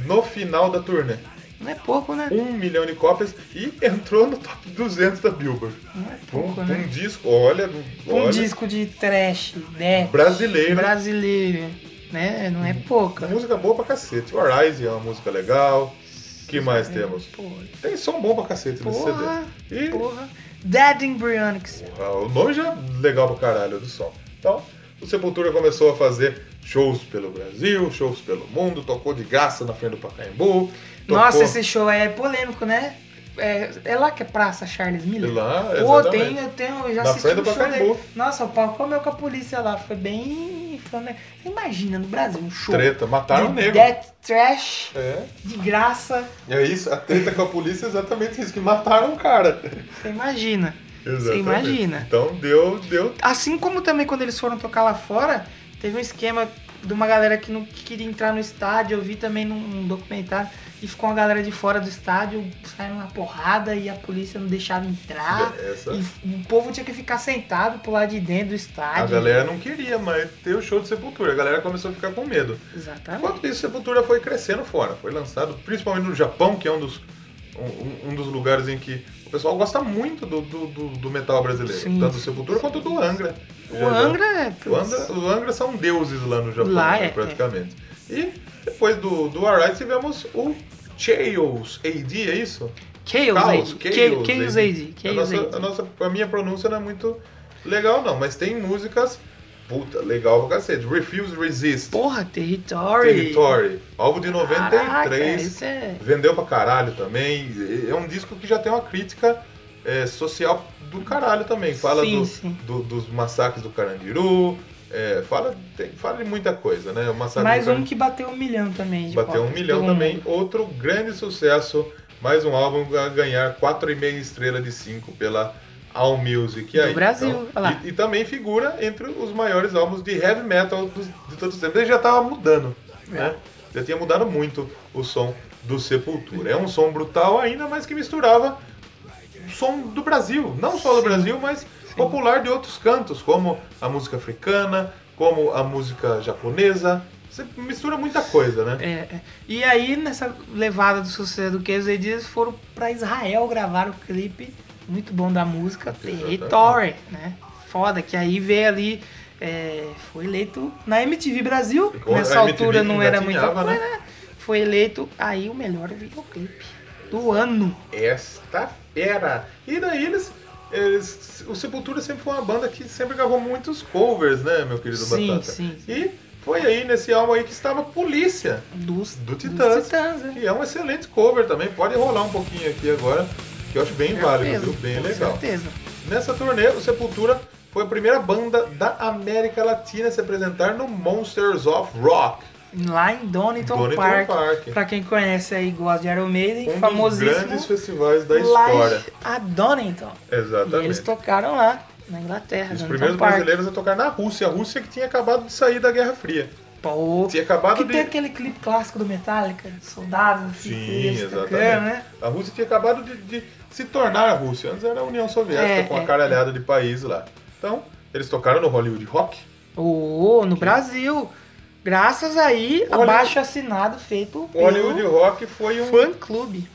no final da turnê.
Não é pouco, né?
1 milhão de cópias e entrou no top 200 da Billboard.
Não é
Um,
pouco, né?
um disco, olha,
Um
olha,
disco de trash, né?
brasileiro,
Brasileiro, né? Não é pouca.
música boa pra cacete. O Arise é uma música legal. que mais temos?
É, Pô,
Tem som bom pra cacete
Porra,
nesse CD. E
porra. Dead Embryonics.
Ah, O nome já é legal pra caralho do som. Então, o Sepultura começou a fazer shows pelo Brasil, shows pelo mundo, tocou de graça na frente do Pacaembu. Tocou
Nossa, esse show aí é polêmico, né? É, é lá que é Praça Charles Miller?
Lá,
Pô,
exatamente.
tem, eu tenho, eu já
Na
assisti
frente
um
do
show
Pacaembu.
dele. Nossa, o pau comeu com a polícia lá, foi bem... foi, né? Imagina, no Brasil, um show.
Treta, mataram o
de
negro.
Death Trash,
É.
de graça,
E é isso, a treta com a polícia é exatamente isso, que mataram o cara.
você imagina. Você
Exatamente.
imagina.
Então deu, deu.
Assim como também quando eles foram tocar lá fora, teve um esquema de uma galera que não queria entrar no estádio, eu vi também num, num documentário, e ficou uma galera de fora do estádio, saindo uma porrada e a polícia não deixava entrar.
É, Essa-
E o povo tinha que ficar sentado pro lado de dentro do estádio.
A galera não queria mais ter o show de Sepultura. A galera começou a ficar com medo.
Exatamente.
Enquanto isso, Sepultura foi crescendo fora. Foi lançado principalmente no Japão, que é um dos, um, um dos lugares em que o pessoal gosta muito do, do, do- do metal brasileiro.
Sim.
Tanto do Sepultura quanto do Angra. Já-
O
já-
Angra é.
O Angra, o Angra são deuses lá no Japão,
Lá
né,
é,
praticamente. E depois do, do Arise tivemos o Chaos AD, é isso?
Chaos Aid. Chaos Chaos Aid.
A,
Chaos
nossa,
Aid.
a, nossa, a minha pronúncia não é muito legal, não, mas tem músicas. Puta, legal pra cacete. Refuse Resist.
Porra, Territory.
Territory. Álbum de 93.
Caraca, esse é-
Vendeu pra caralho também. É um disco que já tem uma crítica é, social do caralho também. Fala
Sim,
do-
sim.
do- dos massacres do Carandiru. é, fala, tem- fala de muita coisa, né? O massacre
Mais
do
um que bateu um milhão também. de
Bateu um
cópias,
milhão
todo mundo.
também. Outro grande sucesso. Mais um álbum a ganhar 4,5 estrela de 5 pela All Music. E
Do
aí, então,
Brasil, olha lá.
e, e também figura entre os maiores álbuns de heavy metal dos- de todos os tempos. Ele já estava mudando, né? Já tinha mudado muito o som do Sepultura. É um som brutal ainda, mas que misturava som do Brasil, não só do Brasil, mas popular de outros cantos, como a música africana, como a música japonesa. Você mistura muita coisa, né?
É, é. E aí, nessa levada do sucesso do Chaos Aid, eles foram pra Israel gravar o clipe muito bom da música
Exatamente.
Territory, né? Foda, que aí veio ali é, foi eleito na MTV Brasil.
Ficou-
Nessa
a MTV
altura não era muito
engatinhava,
coisa,
né?
né? Foi eleito aí o melhor videoclipe do ano.
Esta fera. E daí eles, eles. O Sepultura sempre foi uma banda que sempre gravou muitos covers, né, meu querido
Sim,
Batata?
sim.
E foi aí nesse álbum aí que estava Polícia,
Dos,
do
dos
Titãs.
Titãs, é.
que é um excelente cover também. Pode rolar um pouquinho aqui agora, que eu acho bem válido, viu? Bem
com
legal.
certeza.
Nessa turnê, o Sepultura foi a primeira banda da América Latina a se apresentar no Monsters of Rock.
Lá em Donington,
Donington
Park.
Park.
Pra quem conhece aí, gosta de Iron Maiden,
Um dos
famosíssimo.
grandes festivais da
Live
história.
a Donington.
Exatamente.
E eles tocaram lá, na Inglaterra,
Os
Donington
primeiros
Park.
brasileiros a tocar na Rússia. A Rússia que tinha acabado de sair da Guerra Fria.
Pô,
Tinha acabado
que
de.
tem aquele clipe clássico do Metallica, de soldados, assim, que
Sim,
eles
exatamente.
tocando, né?
A Rússia tinha acabado de, de se tornar a Rússia. Antes era a União Soviética
É,
com uma
é.
caralhada de países lá. Então, eles tocaram no Hollywood Rock.
Ô, no Brasil, graças aí,
Olha-
abaixo assinado feito
O Hollywood
pelo
Rock foi um.
fã clube.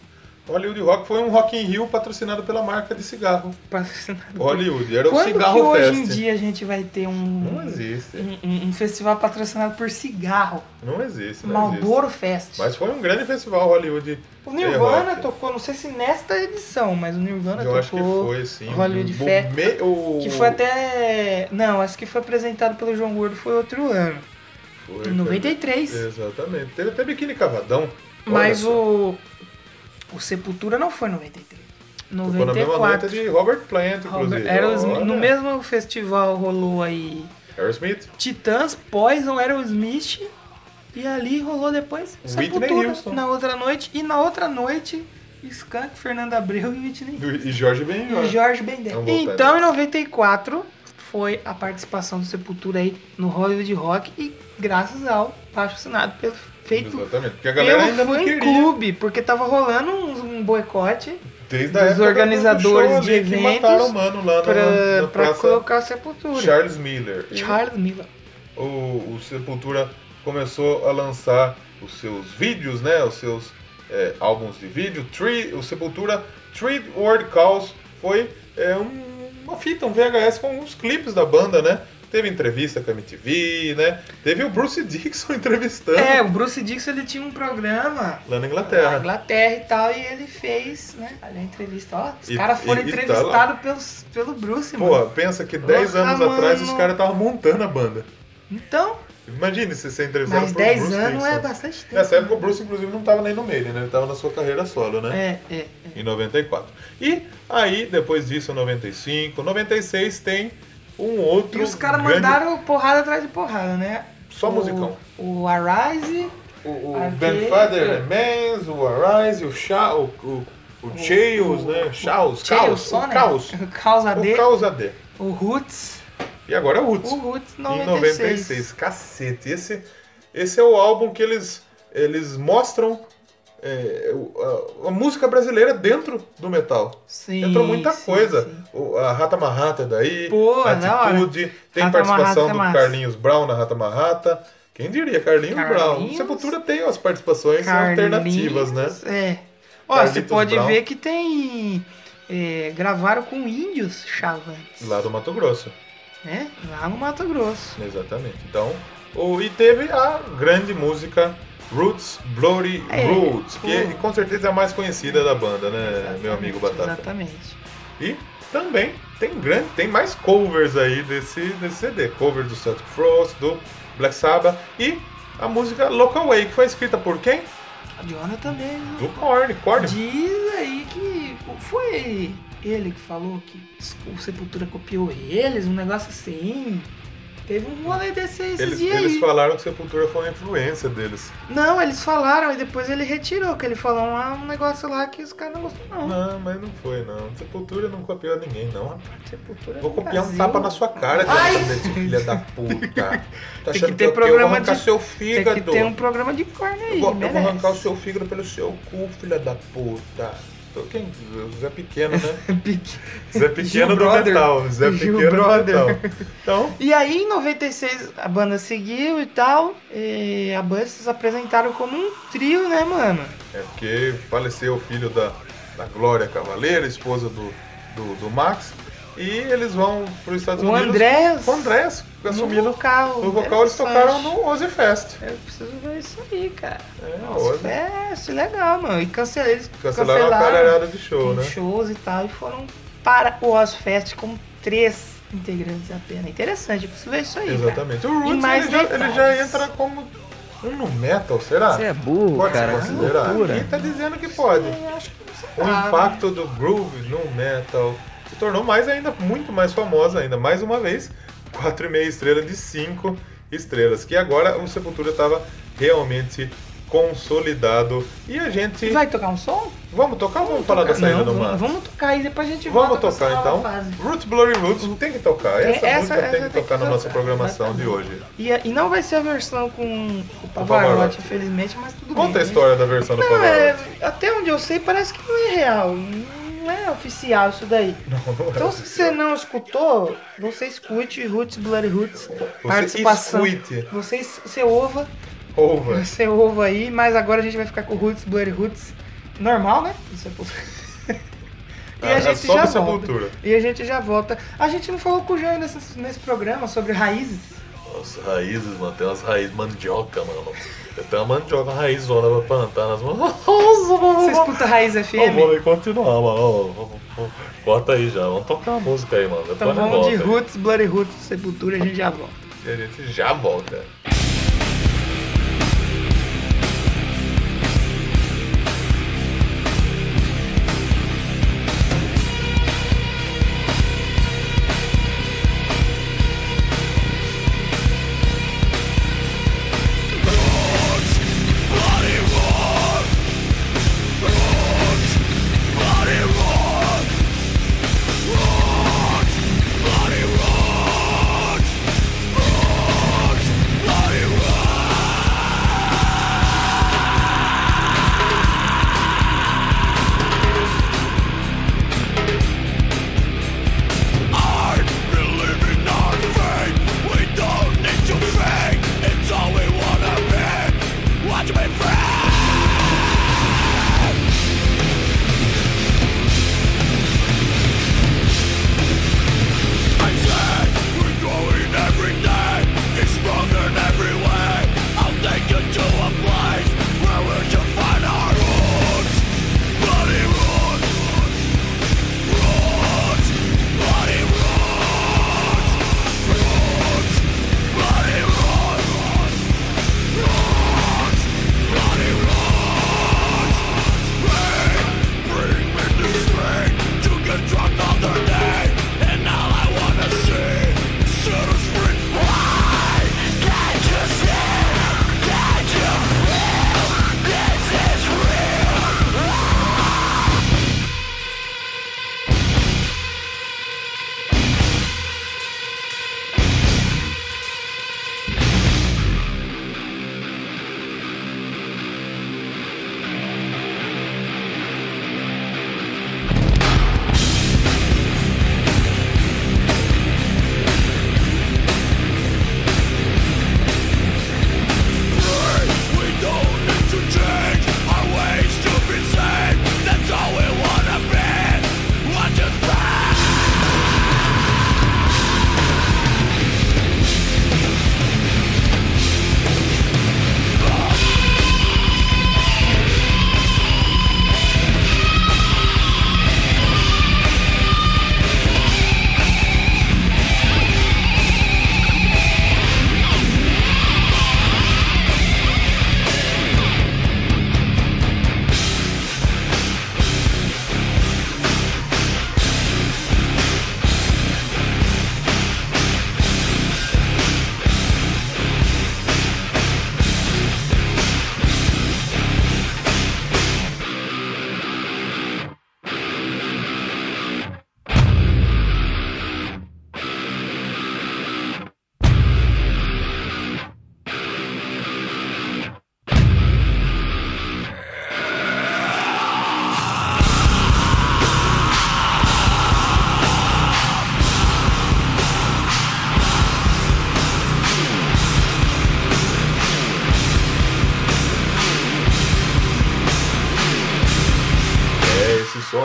Hollywood Rock foi um Rock in Rio patrocinado pela marca de cigarro.
patrocinado.
Hollywood, era o
Quando que
Cigarro
hoje
Fest.
em dia a gente vai ter
Não
um,
existe.
um, um- um festival patrocinado por cigarro?
Não existe, não existe.
Malboro Fest.
Mas foi um grande festival Hollywood.
o Nirvana
rock.
tocou, não sei se nesta edição, mas o Nirvana
Eu
tocou.
acho que foi, sim.
Hollywood
Bo-
Fest.
me- o-
Que foi até. Não, acho que foi apresentado pelo João Gordo foi outro ano.
Foi,
Em
foi.
93.
Exatamente. Teve até biquíni cavadão. Olha
Mas
só.
o. O Sepultura não foi em 93.
Tocou na mesma noite
94.
de Robert Plant, inclusive.
Robert- era os-
Olha.
no mesmo festival rolou aí
Aerosmith.
Titãs, Poison, Aerosmith. E ali rolou depois
Whitney
Sepultura
Houston.
na outra noite. E na outra noite, Skank, Fernando Abreu e Whitney.
do- E Jorge Ben
E Jorge Bender.
Vamos voltar
Então, em
nisso.
94, foi a participação do Sepultura aí no Hollywood Rock. E graças ao patrocinado pelo feito
Exatamente. Porque a galera ainda
pelo
não queria.
fã-clube. Porque tava rolando um, um boicote
Desde
dos
a época do- do
organizadores
show ali
de
que
eventos
mataram o mano lá na,
pra,
Tá
pra
na praça
colocar o Sepultura.
Charles Miller. E
Charles Miller.
o, o Sepultura começou a lançar os seus vídeos, né? Os seus é, álbuns de vídeo. Three, o Sepultura Three World Calls foi é, um- uma fita, um VHS com uns clipes da banda, né? Teve entrevista com a MTV, né? Teve o Bruce Dixon entrevistando
É, o Bruce Dixon ele tinha um programa
lá na
na
Inglaterra.
Inglaterra e tal, e ele fez, né? Ali a entrevista, ó. Os
E-
caras foram
e- e tá lá.
entrevistados pelos, pelo Bruce, mano.
Pô, pensa que 10
Nossa,
anos atrás os
mano.
caras estavam montando a banda.
Então,
Imagine se você entrevistado
Mas
por
10
Bruce
anos é
Dixon.
bastante tempo.
Nessa época o Bruce, inclusive, não tava nem no meio, né? Ele tava na sua carreira solo, né?
É, é, é.
em 94. E aí, depois disso, 95, 96 tem um outro.
E os caras
grande-
mandaram porrada atrás de porrada, né?
Só
o,
musicão.
O Arise,
O, o
Aquele-
Ben Fader Mans, o Arise, o Cha, o, o, o Chaos, né? Chaos, Caos, o
Sonic,
Caos.
né? o Caos AD,
O
o,
Caos AD.
Roots.
E agora é o Roots.
O Roots
Em
96.
96, cacete. Esse, esse é o álbum que eles, eles mostram é, o- a, a música brasileira dentro do metal.
Sim,
Entrou muita
sim,
coisa.
sim.
O- a Rata Marrata é daí,
Pô,
a
da hora.
Atitude, tem
Rata
participação
Marrata é
do
massa.
Carlinhos Brown na Rata Marrata. Quem diria, Carlinhos,
Carlinhos.
Brown. Sepultura tem as participações alternativas, né?
É. Ó,
Carlitos
você pode
Brown.
ver que tem. é, gravaram com índios chavantes.
Lá do Mato Grosso,
Né? Lá no Mato Grosso.
exatamente. Então, o, e teve a grande música Roots, Bloody
É,
Roots, que
o-
com certeza é a mais conhecida da banda, né, meu
Exatamente,
amigo Batata?
Exatamente.
E também tem grande, tem mais covers aí desse, desse CD. Cover do Celtic Frost, do Black Sabbath e a música Local Way, que foi escrita por quem?
A Diona também. né?
Do Korn. Korn
Diz aí que foi ele que falou que o Sepultura copiou eles, um negócio assim. Teve um rolê desse aí esses
eles,
dias
eles
aí.
falaram que Sepultura foi uma influência deles.
Não, eles falaram e depois ele retirou, que ele falou lá um negócio lá que os caras não gostou não.
Não, mas não foi, não. Sepultura não copiou ninguém, não. rapaz.
Sepultura é
Vou
do
copiar um
Brasil.
tapa na sua cara,
Ai!
Clemente, filha da puta. Tá
Tem que
achando
ter
eu- eu vou
programa
arrancar
de-
seu
Tem
fígado.
que ter um programa de corno aí,
Eu vou, eu vou
merece.
arrancar o seu fígado pelo seu cu, filha da puta. Tô- Quem? O Zé Pequeno, né? Zé Pequeno
Gil
do
Brother.
metal. Zé
Gil
Pequeno do
Brother.
metal. Então,
E aí, em 96, a banda seguiu e tal. E a banda se apresentaram como um trio, né, mano?
é porque faleceu o filho da, da Glória Cavaleira, esposa do, do, do Max. E eles vão para os Estados
O
Unidos.
Andrés-
O Andrés
No
assumindo.
vocal.
No vocal eles tocaram
interessante.
no Ozzy Fest.
Eu preciso ver isso aí, cara.
É,
Nossa,
Ozzy.
é, isso é legal, mano. E cancelaram, eles
Cancelaram
cancelaram,
uma caralhada de show, né?
shows e tal, e foram para o Ozfest com três integrantes apenas. Interessante, eu preciso ver isso aí, cara.
Exatamente. O Roots,
E mais
ele, já, ele
detalhes.
já entra como um no metal, será?
Você é burro,
pode
cara.
se
que
considerar?
loucura.
Quem tá dizendo que pode?
É, Eu acho que não sei
O
lá, né?
impacto do groove no metal se tornou mais ainda, muito mais famosa ainda. Mais uma vez, 4,5 estrelas de 5 estrelas. Que agora o Sepultura estava realmente consolidado. E a gente...
né? Vai tocar um som?
Vamos tocar ou vamos, falar da
Não,
saída do
vamos,
mar?
vamos tocar aí, depois a gente
Vamos
volta pra
tocar
essa nova
então.
fase.
Roots Blurry Roots tem que tocar.
Tem- essa-
Essa,
é,
música
essa
tem que
tem que
tocar na nossa
tocar,
programação de hoje.
E, e não vai ser a versão com o
Pavarotti.
Pavarotti, infelizmente, mas tudo bem.
Conta a
né?
história da versão do
Não,
Pavarotti.
é, até onde eu sei, parece que não é real. Não é oficial isso daí.
Não, não é
Então, se você
oficial.
não escutou, você escute Roots, Bloody Roots,
Você
participação.
escute.
Você, es- você ova,
Ouva.
você ova aí, mas agora a gente vai ficar com Roots, Bloody Roots. Normal, né? Isso é possível. E a
É
gente
só
já
dessa
volta.
cultura.
E a gente já volta. A gente não falou com o Jean nesse, nesse programa sobre raízes.
As raízes, mano, tem umas raízes mandioca, mano. Eu tenho uma mandioca raizona pra plantar nas mãos.
Você escuta Raiz FM?
Eu vou aí continuar, mano. Corta aí já. Vamos tocar uma música aí, mano.
Então
Depois nós
vamos de
volta aí.
Roots, Bloody Roots, Sepultura, a gente já volta.
E a gente já volta.
Bloody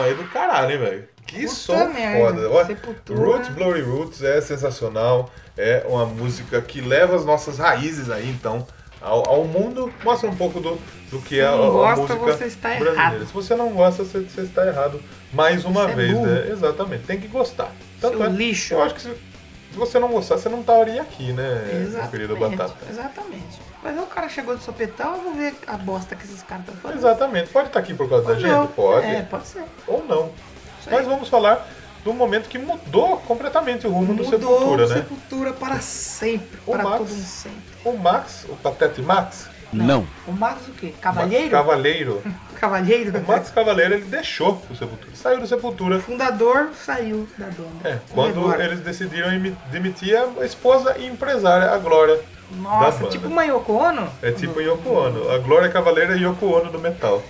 É caralho, hein, velho? Que
Puta
som
merda,
foda. Olha,
Sepultura.
Roots, Bloody Roots é sensacional. É uma música que leva as nossas raízes aí, então, ao, ao mundo. Mostra um pouco do, do que é a,
não
a
gosta,
música
você está
brasileira.
errado.
Se você não gosta, você, você está errado. Mais uma
Você é
vez,
burro.
né? Exatamente. Tem que gostar. Tanto
Seu
é-
lixo.
Eu acho que se, se você não gostar, você não estaria aqui, né, meu querido Batata?
Exatamente. Exatamente. Mas aí o cara chegou de sopetão, eu vou ver a bosta que esses caras estão fazendo.
Exatamente. Pode estar aqui por causa da
Ou
gente?
não.
Pode.
É, pode ser.
Ou não.
Isso aí.
Mas vamos falar do momento que mudou completamente o rumo do Sepultura, né?
Sepultura para sempre,
O
para
Max-
todo um sempre.
O Max, o Patete Max,
Não.
O Max o quê? Cavalheiro?
Cavaleiro,
Cavalheiro? né?
o Max Cavaleiro, ele deixou o Sepultura, saiu do Sepultura.
Fundador saiu da dona.
É, quando
Agora.
eles decidiram imi- demitir a esposa e empresária, a Glória. da
Nossa,
banda.
tipo uma Yoko Ono?
É tipo Yoko Ono. A Glória Cavaleira e Yoko Ono do metal.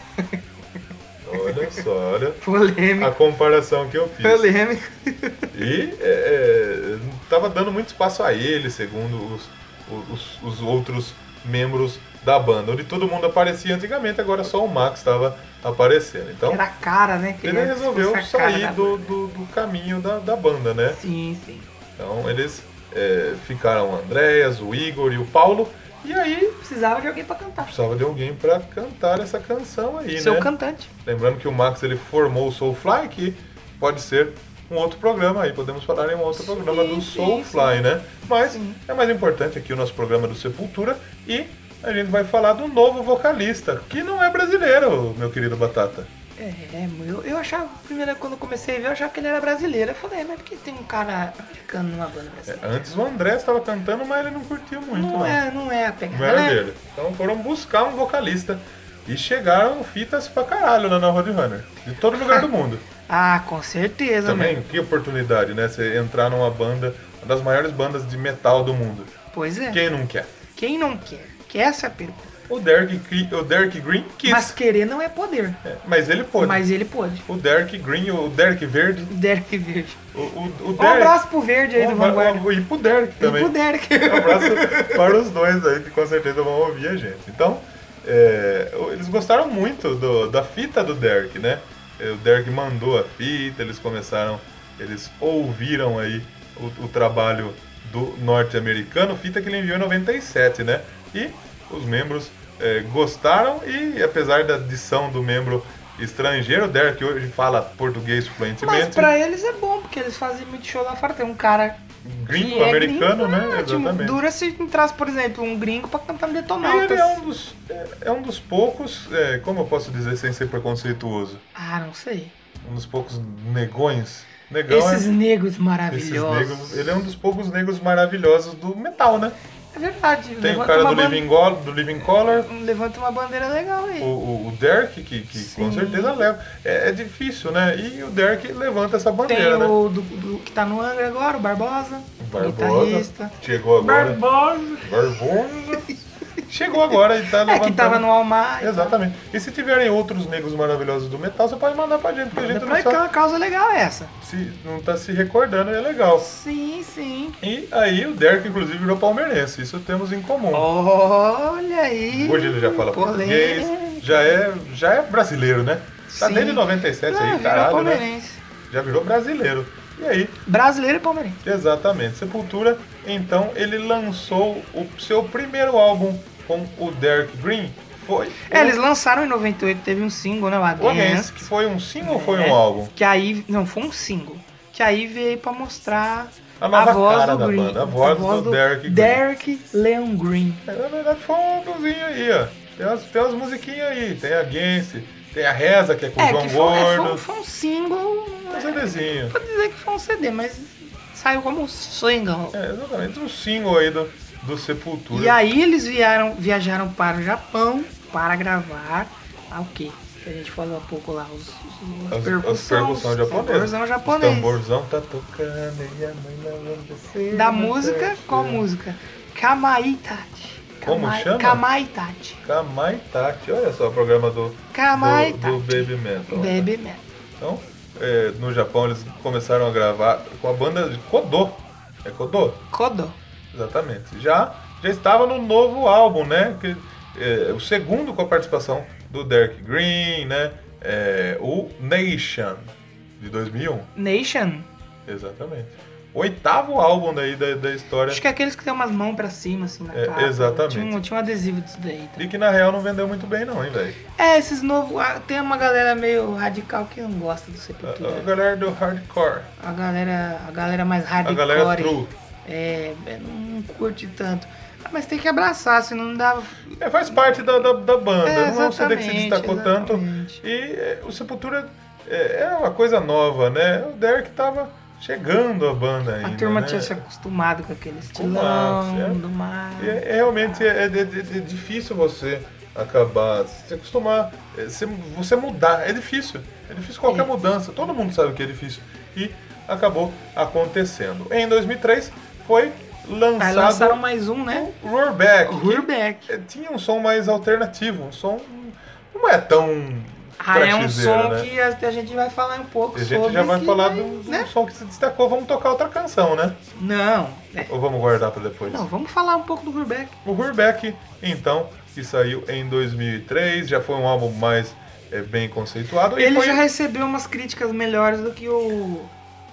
Olha só, olha a
Polêmico.
comparação que eu fiz.
Polêmico.
E é, é, tava dando muito espaço a ele, segundo os, os, os outros membros da banda. Onde todo mundo aparecia antigamente, agora só o Max estava aparecendo. Então,
Era a cara, né? que
ele
ia
resolveu
expulsar a cara
sair
da
do,
banda.
do, do caminho da, da banda, né?
Sim, sim.
Então, eles é, ficaram o Andréas, o Igor e o Paulo. E aí,
Precisava de alguém pra cantar.
precisava de alguém para cantar essa canção aí,
Seu
né?
cantante.
Lembrando que o Max ele formou o Soulfly, que pode ser um outro programa aí, podemos falar em um outro programa do
sim,
Soulfly, né? Mas
Sim.
é mais importante aqui o nosso programa do Sepultura e a gente vai falar do novo vocalista, que não é brasileiro, meu querido Batata.
É, é, eu, eu achava, primeiro quando eu comecei a ver, eu achava que ele era brasileiro. Eu falei, mas por que tem um cara americano numa banda
É,
brasileira?
antes o André estava cantando, mas ele não curtia muito.
Não é, não é a pegada.
Não era
né?
dele. Então foram buscar um vocalista e chegaram fitas pra caralho lá na Roadrunner, de todo lugar do mundo.
Ah, com certeza,
Também,
meu.
que oportunidade, né? Você entrar numa banda, uma das maiores bandas de metal do mundo.
Pois é.
Quem não quer?
Quem não quer? Que essa é a pergunta.
O Derek, Gre- o Derek Green quis.
Mas querer não é poder.
É, mas ele pôde.
Mas ele pôde.
O Derek Green, o Derek Verde.
Derek Verde.
O, o, o
Um abraço
Derek.
pro Verde aí do
abra-
Vanguarda.
E pro Derek também.
E pro Derek.
Um abraço para os dois aí, que com certeza vão ouvir a gente. Então, é, o- eles gostaram muito do- da fita do Derek, né? É, O Derek mandou a fita, eles começaram, eles ouviram aí o, o trabalho do norte-americano, fita que ele enviou em 97, né? E os membros é, gostaram e, apesar da adição do membro estrangeiro, o Derek hoje fala português fluentemente.
Mas pra eles é bom, porque eles fazem muito show lá fora. Tem um cara
Gringo
que é
americano,
gringo,
né?
é ótimo.
Exatamente.
Dura se entrasse, por exemplo, um gringo pra cantar no
Ele
Detonautas.
é um dos, é, é um dos poucos, é, como eu posso dizer sem ser preconceituoso,
Ah, não sei.
um dos poucos negões. Negão
Esses negros
é, um esses
maravilhosos.
negros. Ele é um dos poucos negros maravilhosos do metal, né?
É verdade.
Tem o
levanta
cara
uma
do
ban-
Living, Gol, do Living Color,
Levanta uma bandeira legal aí.
o, o, o Derek, que, que
Sim.
com certeza leva. É, é difícil, né? E o Derek levanta essa
Tem
bandeira, né?
o do, do que tá no Angra agora, o Barbosa. Guitarrista.
Barbosa. Chegou agora.
Barbosa.
Barbosa. Chegou agora e tá
É
levantando.
que tava no então. Almar.
Exatamente. E se tiverem outros negros maravilhosos do metal, você pode mandar pra gente, porque a gente não
Pra que é
sabe.
uma causa legal essa.
se não tá se recordando, é legal.
Sim, sim.
E aí o Derek, inclusive, virou palmeirense. Isso temos em comum.
Olha aí.
Hoje ele já fala
polêmica.
português, já é, já é brasileiro, né? Tá
Sim.
desde 97
Ah,
aí,
virou
caralho, né?
palmeirense.
Já virou brasileiro. E aí,
Brasileiro e palmeirense.
exatamente, Sepultura, então ele lançou o seu primeiro álbum com o Derek Green. Foi
É,
o
eles lançaram em 98, teve um single, né? O
Against,
Against.
que foi um single ou foi
É.
um álbum?
Que aí. Não, foi um single. Que aí veio pra mostrar
A nova
voz
cara
do
da
Green.
banda, a voz do Derek Green.
Derek Leon Green.
É, Na verdade foi um álbumzinho aí, ó. Tem umas, tem umas musiquinhas aí, tem a Gense, tem a Reza, que é com o
é,
João
que foi, é, foi,
Gordo.
foi um single.
Um
é,
CDzinho.
Pode dizer que foi um CD, mas saiu como um single.
É, exatamente, um single aí do, do Sepultura.
E aí eles vieram, viajaram para o Japão para gravar ah, o quê? Que a gente falou há pouco lá, os, os,
as, as
percussão,
percussões japonesas.
Percussão japonês.
O tamborzão tá tocando e a mãe lavando assim,
Da
não
música,
fecha.
qual música? Kamaitachi.
Como
Kamai-
chama?
Kamaitachi.
Kamaitachi, olha só o programa do, do- do,
Kamaitachi.
Baby Metal. né?
Baby Metal.
Então, é, no Japão eles começaram a gravar com a banda de Kodô. É Kodô?
Kodo.
Exatamente. Já, já estava no novo álbum, né? Que, é, o segundo com a participação do Derek Green, né? É, o Nation. de 2001.
Nation?
Exatamente. Oitavo álbum daí da, da história.
Acho que é aqueles que tem umas mãos pra cima, assim, na
É,
capa.
exatamente.
Tinha um, tinha um adesivo disso daí. tá?
E que na real não vendeu muito bem não, hein, velho.
É, esses novos... ah, Tem uma galera meio radical que é. não gosta do
A, a
Sepultura.
galera do hardcore.
A galera, a galera mais
ah, A
hardcore.
galera true.
É, é, não curte tanto. Ah, mas tem que abraçar, se não dá.
É, faz parte da, da, da banda.
É,
não é um CD que se
exatamente,
destacou
exatamente.
tanto. E é, o Sepultura é, é uma coisa nova, né? O Derek tava chegando à banda ainda.
A turma
né?
tinha se acostumado com aquele
Max, é.
estilão do mar.
E é- é realmente é, é- é- é difícil você acabar, se acostumar, é, se- você mudar. É difícil. É difícil qualquer
É.
mudança. Todo mundo sabe que é difícil. E acabou acontecendo. Em 2003 foi
Aí
lançado
lançaram mais um, né?
o Roar Back.
O
que
Hurbeck.
é, tinha um som mais alternativo, um som não é tão
Ah, é um
pratizeiro,
som
né?
que a, a gente vai falar um pouco
A gente
sobre.
já vai
que
falar
vai,
de um,
né?
um som que se destacou, vamos tocar outra canção, né?
Não, é,
Ou vamos guardar pra depois?
não, vamos falar um pouco do Hurbeck.
O Hurbeck, então, que saiu em 2003, já foi um álbum mais é, bem conceituado. e
Ele
foi um
já recebeu umas críticas melhores do que o.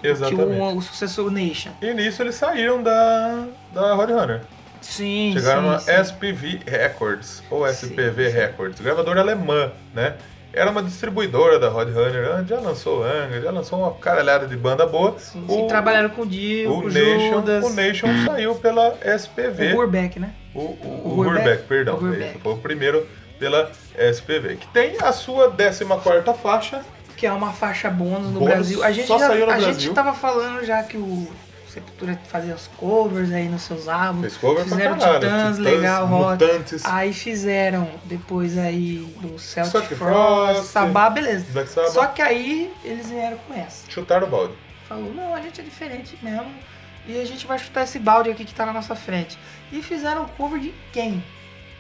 Exatamente.
Que um o, o sucessor Nation.
E nisso eles saíram da, da Roadrunner.
Sim.
Chegaram
sim,
na
sim.
SPV Records, ou
Sim,
SPV Records, gravadora alemã, né? Era uma distribuidora da Roadrunner, ah, já lançou Angra, já lançou uma caralhada de banda boa.
Sim, sim, trabalharam com o Dio,
o
com o
Nation,
Judas.
o Nation saiu pela
o
SPV.
Hurbeck, né?
O, o,
O
o
Urbeck.
Urbeck, perdão.
O Urbeck.
esse Foi o primeiro pela SPV, que tem a sua 14 faixa.
que é uma faixa bônus no
Bônus,
Brasil. A gente
só
já,
saiu no
a
Brasil.
gente tava falando já que o Sepultura fazia os covers aí nos seus álbuns.
Fez cover pra
fizeram
caralho.
Titãs, Legal, Rock.
Mutantes,
Aí fizeram depois aí do Celtic
Celtic
Frost,
Frost,
Sabá, beleza.
Black Sabbath.
Só que aí eles vieram com essa.
Chutaram o balde.
Falou, não, a gente é diferente mesmo. E a gente vai chutar esse balde aqui que tá na nossa frente. E fizeram cover de quem?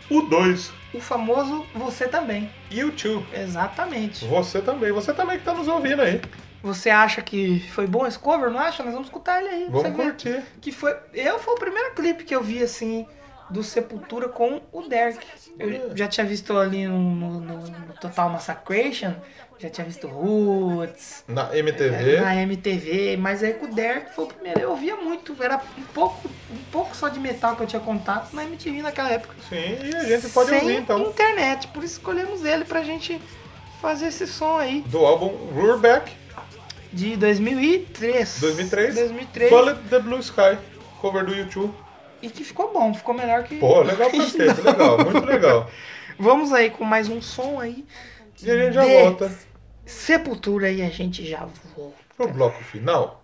O 2.
O famoso Você Também.
E o 2.
Exatamente.
Você também. Você também que tá nos ouvindo aí.
Você acha que foi bom esse cover? Não acha? Nós vamos escutar ele aí. pra
Vamos
você ver.
curtir.
que foi eu foi o primeiro clipe que eu vi assim do Sepultura com o Derek. Eu já tinha visto ali no, no- no- no Total Massacration, já tinha visto Roots
Na MTV.
na MTV, mas aí com o Derek foi o primeiro. Eu ouvia muito, era um pouco, um pouco só de metal que eu tinha contato na MTV naquela época.
Sim, e a gente pode
Sem
ouvir então.
internet, por isso escolhemos ele pra gente fazer esse som aí
Do álbum Roarback
de 2003.
2003.
2003.
Bullet the Blue Sky. Cover do YouTube.
E que ficou bom, ficou melhor que
Pô, legal pra cacete, legal, muito legal.
Vamos aí com mais um som aí.
E a gente já
De-
volta
Sepultura e a gente já volta.
pro bloco final.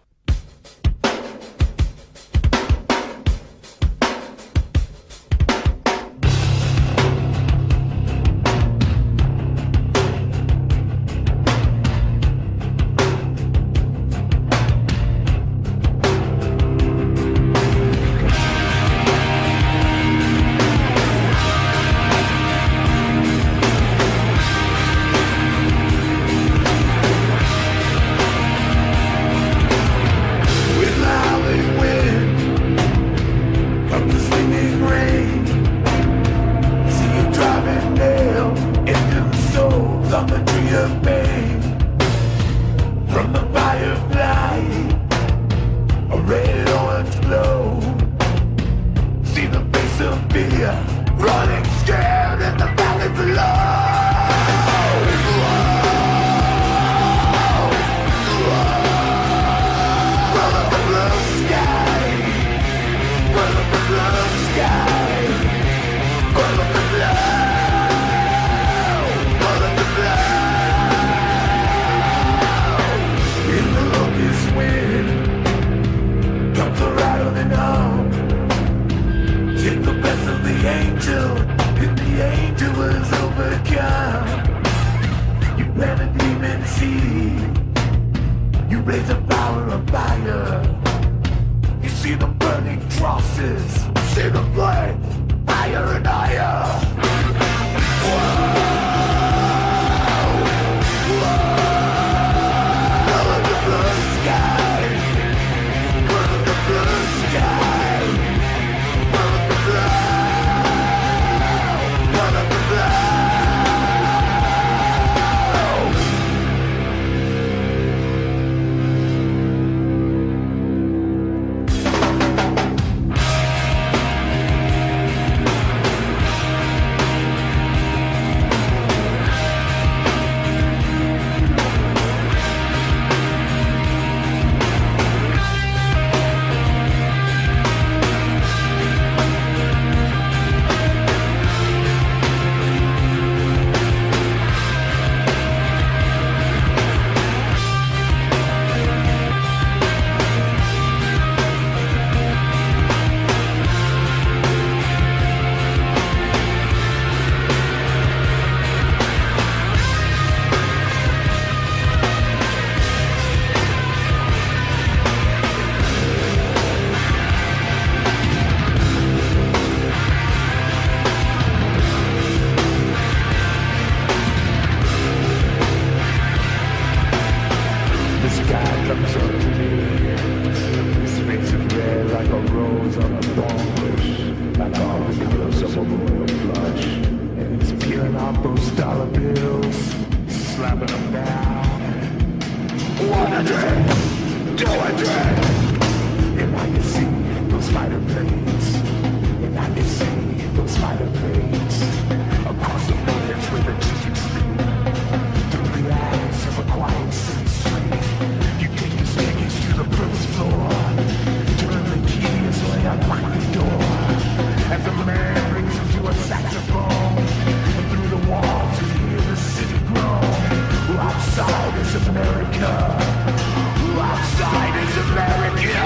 With lolly wind, come the sleeping rain. See you driving nail into the souls on the tree of pain. From the firefly, a red orange glow. See the face of fear, running scared in the valley below. In the locust wind comes a rattling on. Take the best of the angel, and the angel is overcome. You plant a demon seed, you raise a power of fire. You see the burning crosses, see the flame higher and higher. sky comes up to me. Space is red like a rose on a thorn bush, like all the colors of a royal flush. And it's peeling off those dollar bills, slapping them down. What a dream! Do a dream! And I can see those spider blades. And I can see those spider blades. Across the lands where the tickets lead. Through the eyes of a quiet city street. You take the tickets to the first floor. Turn the key as way unlock the door. As a man brings you to a saxophone. And through the walls you hear the city groan. Who outside is America? Who outside is America?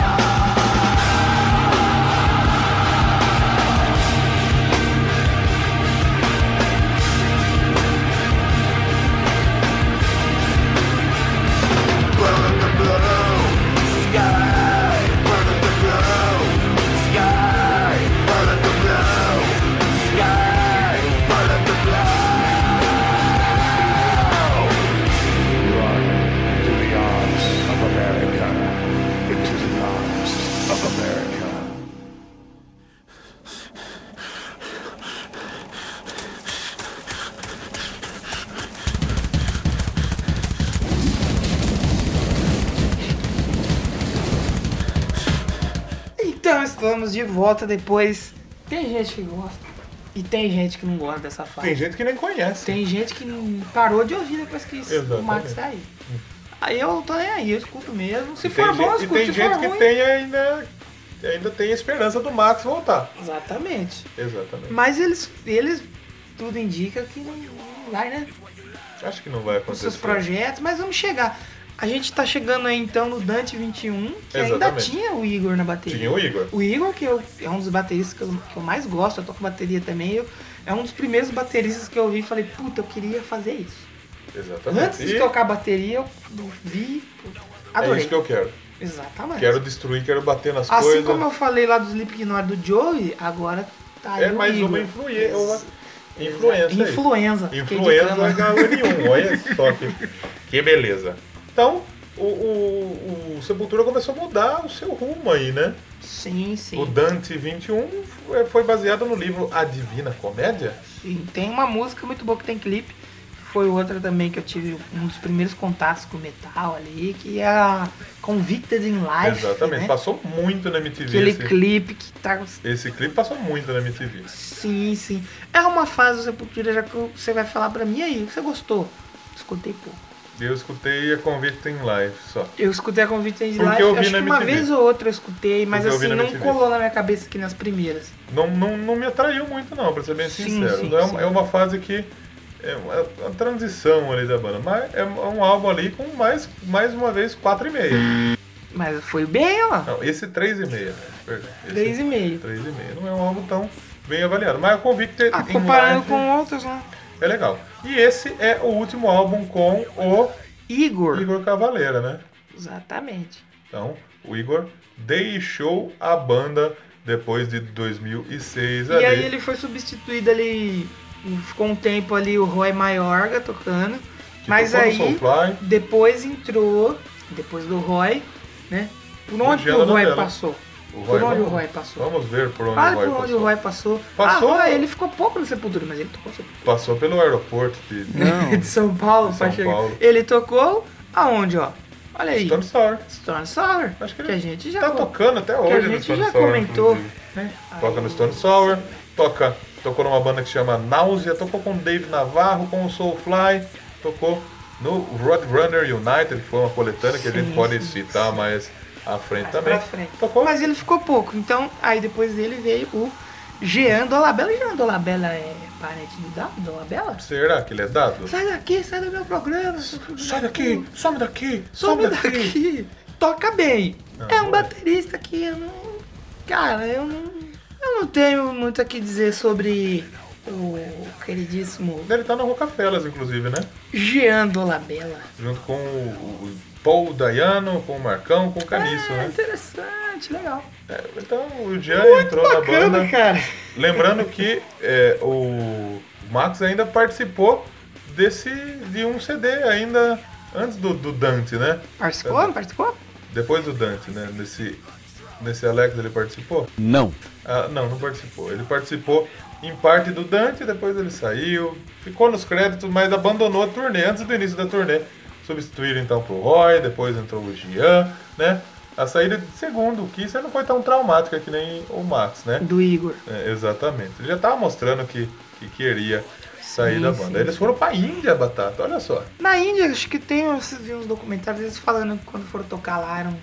Então estamos de volta depois. Tem gente que gosta e tem gente que não gosta dessa fase.
Tem gente que nem conhece.
Tem gente que não parou de ouvir depois que isso- o
Exatamente.
Max saiu. Aí eu tô nem aí, eu escuto mesmo. Se
E
for
tem
bom, eu
gente, e
escuto.
tem
se
gente
for
que
ruim...
tem ainda, ainda tem a esperança do Max voltar.
Exatamente.
Exatamente.
Mas eles, eles tudo indica que não- não vai, né?
Acho que não vai
Com
acontecer.
seus projetos, mas vamos chegar. A gente tá chegando aí então no Dante 21, que ainda
Exatamente.
tinha o Igor na bateria.
Tinha o Igor.
O Igor, que eu- é um dos bateristas que eu, que eu mais gosto, eu toco bateria também, eu- é um dos primeiros bateristas que eu vi e falei, puta, eu queria fazer isso.
Exatamente.
Antes de
E
tocar bateria, eu vi,
é
adorei.
isso que eu quero.
Exatamente.
Quero destruir, quero bater nas
assim
coisas.
como eu falei lá do Slipknot do Joey, agora tá aí
É
o
mais
Igor.
uma influência.
Influenza.
Influência. aí.
Influenza. fiquei
Influenza
ditando.
H1N1, olha só que, que beleza. Então, o, o- o Sepultura começou a mudar o seu rumo aí, né?
Sim, sim.
O Dante 21 foi- é, foi baseado no livro A Divina Comédia.
Sim, tem uma música muito boa que tem clipe. Foi outra também que eu tive um dos primeiros contatos com metal ali, que é a Convicted in Life.
Exatamente,
né?
passou muito na MTV.
Aquele
esse,
clipe que tá.
esse clipe passou muito na MTV.
Sim, sim. É uma fase do Sepultura, já que você vai falar pra mim "E aí, o que você gostou? Escutei pouco.
Eu escutei a Convict em Live só.
Eu escutei a Convicted in
Porque
Life,
eu vi
acho que
na
uma
MTV.
vez ou outra eu escutei, mas
Porque eu vi
assim,
na
não
MTV.
colou na minha cabeça que nas primeiras.
Não, não, não me atraiu muito, não, pra ser bem
Sim,
sincero.
sim,
é,
sim.
é uma fase que. É uma, é uma transição ali da banda. Mas é um álbum ali com mais, mais uma vez 4,5.
Mas foi bem, ó.
Não, esse 3,5. né? Perdão. Esse
3,5.
3,5. Não é um álbum tão bem avaliado. Mas a Convict
Ah,
in
comparando
Life
com outros, né?
é legal. E esse é o último álbum com o
Igor.
Igor Cavaleira, né?
Exatamente.
Então, o Igor deixou a banda depois de 2006
E
ali.
aí ele foi substituído ali, ficou um tempo ali o Roy Maiorga tocando,
que
mas
tocou no
aí
Soulfly.
depois entrou, depois do Roy, né? Por onde que
Gianna
o Roy
Nutella.
passou?
O
Por onde o
vamos-
Roy passou?
Vamos ver por onde
Ah,
o Roy
por onde
passou.
o Roy passou.
Passou?
Ah, Roy, ele ficou pouco no Sepultura, mas ele tocou Sepultura.
Passou pelo aeroporto de
de São Paulo
De
pra
São
chegar.
Paulo.
Ele tocou aonde, ó? Olha aí,
Stone Sour.
Stone Sour,
Acho que
que,
ele
a gente já
Tá
co-
tocando até
que a
hoje no
gente
Stone
já
Sour,
comentou,
inclusive.
né?
Toca
Aí-
no Stone Sour, toca, tocou numa banda que chama Náusea, tocou com o Dave Navarro, com o Soulfly, tocou no Roadrunner United, que foi uma coletânea que a gente
Sim.
pode citar mais à frente
Mais
também.
pra frente.
Tocou
Mas ele ficou pouco. Então, aí depois dele veio o Jean Dolabella. Jean Dolabella é parente do Dado Dolabella?
Será que ele é dado?
Sai daqui, sai do meu programa. seu filho da puta.
some daqui,
Some daqui. Toca bem.
Não,
é um
não é.
baterista que eu não... Cara, eu não... Eu não tenho muito a que dizer sobre o queridíssimo
Ele tá no Rocafelas, inclusive, né?
Jean Dolabella.
Junto com o, o Paul Dayano, com o Marcão, com o Caniço,
É
né?
interessante, legal.
É, então o Jean entrou na
Bacana,
banda.
cara.
Lembrando que é, o Max ainda participou desse de um CD ainda Antes do, do Dante, né?
Participou? Não participou?
Depois do Dante, né? Nesse, nesse Alex ele participou?
Não.
Ah, não, não participou. Ele participou em parte do Dante, depois ele saiu, ficou nos créditos, mas abandonou a turnê antes do início da turnê. Substituíram então pro Roy, depois entrou o Jean, né? A saída de segundo, que isso não foi tão traumática que nem o Max, né?
Do Igor.
É, exatamente. Ele já tava mostrando que, que queria sair
Sim,
da banda.
sim.
Eles foram pra Índia, Batata, olha só.
Na Índia, acho que tem uns, vi uns documentários eles falando que quando foram tocar lá, um, eram,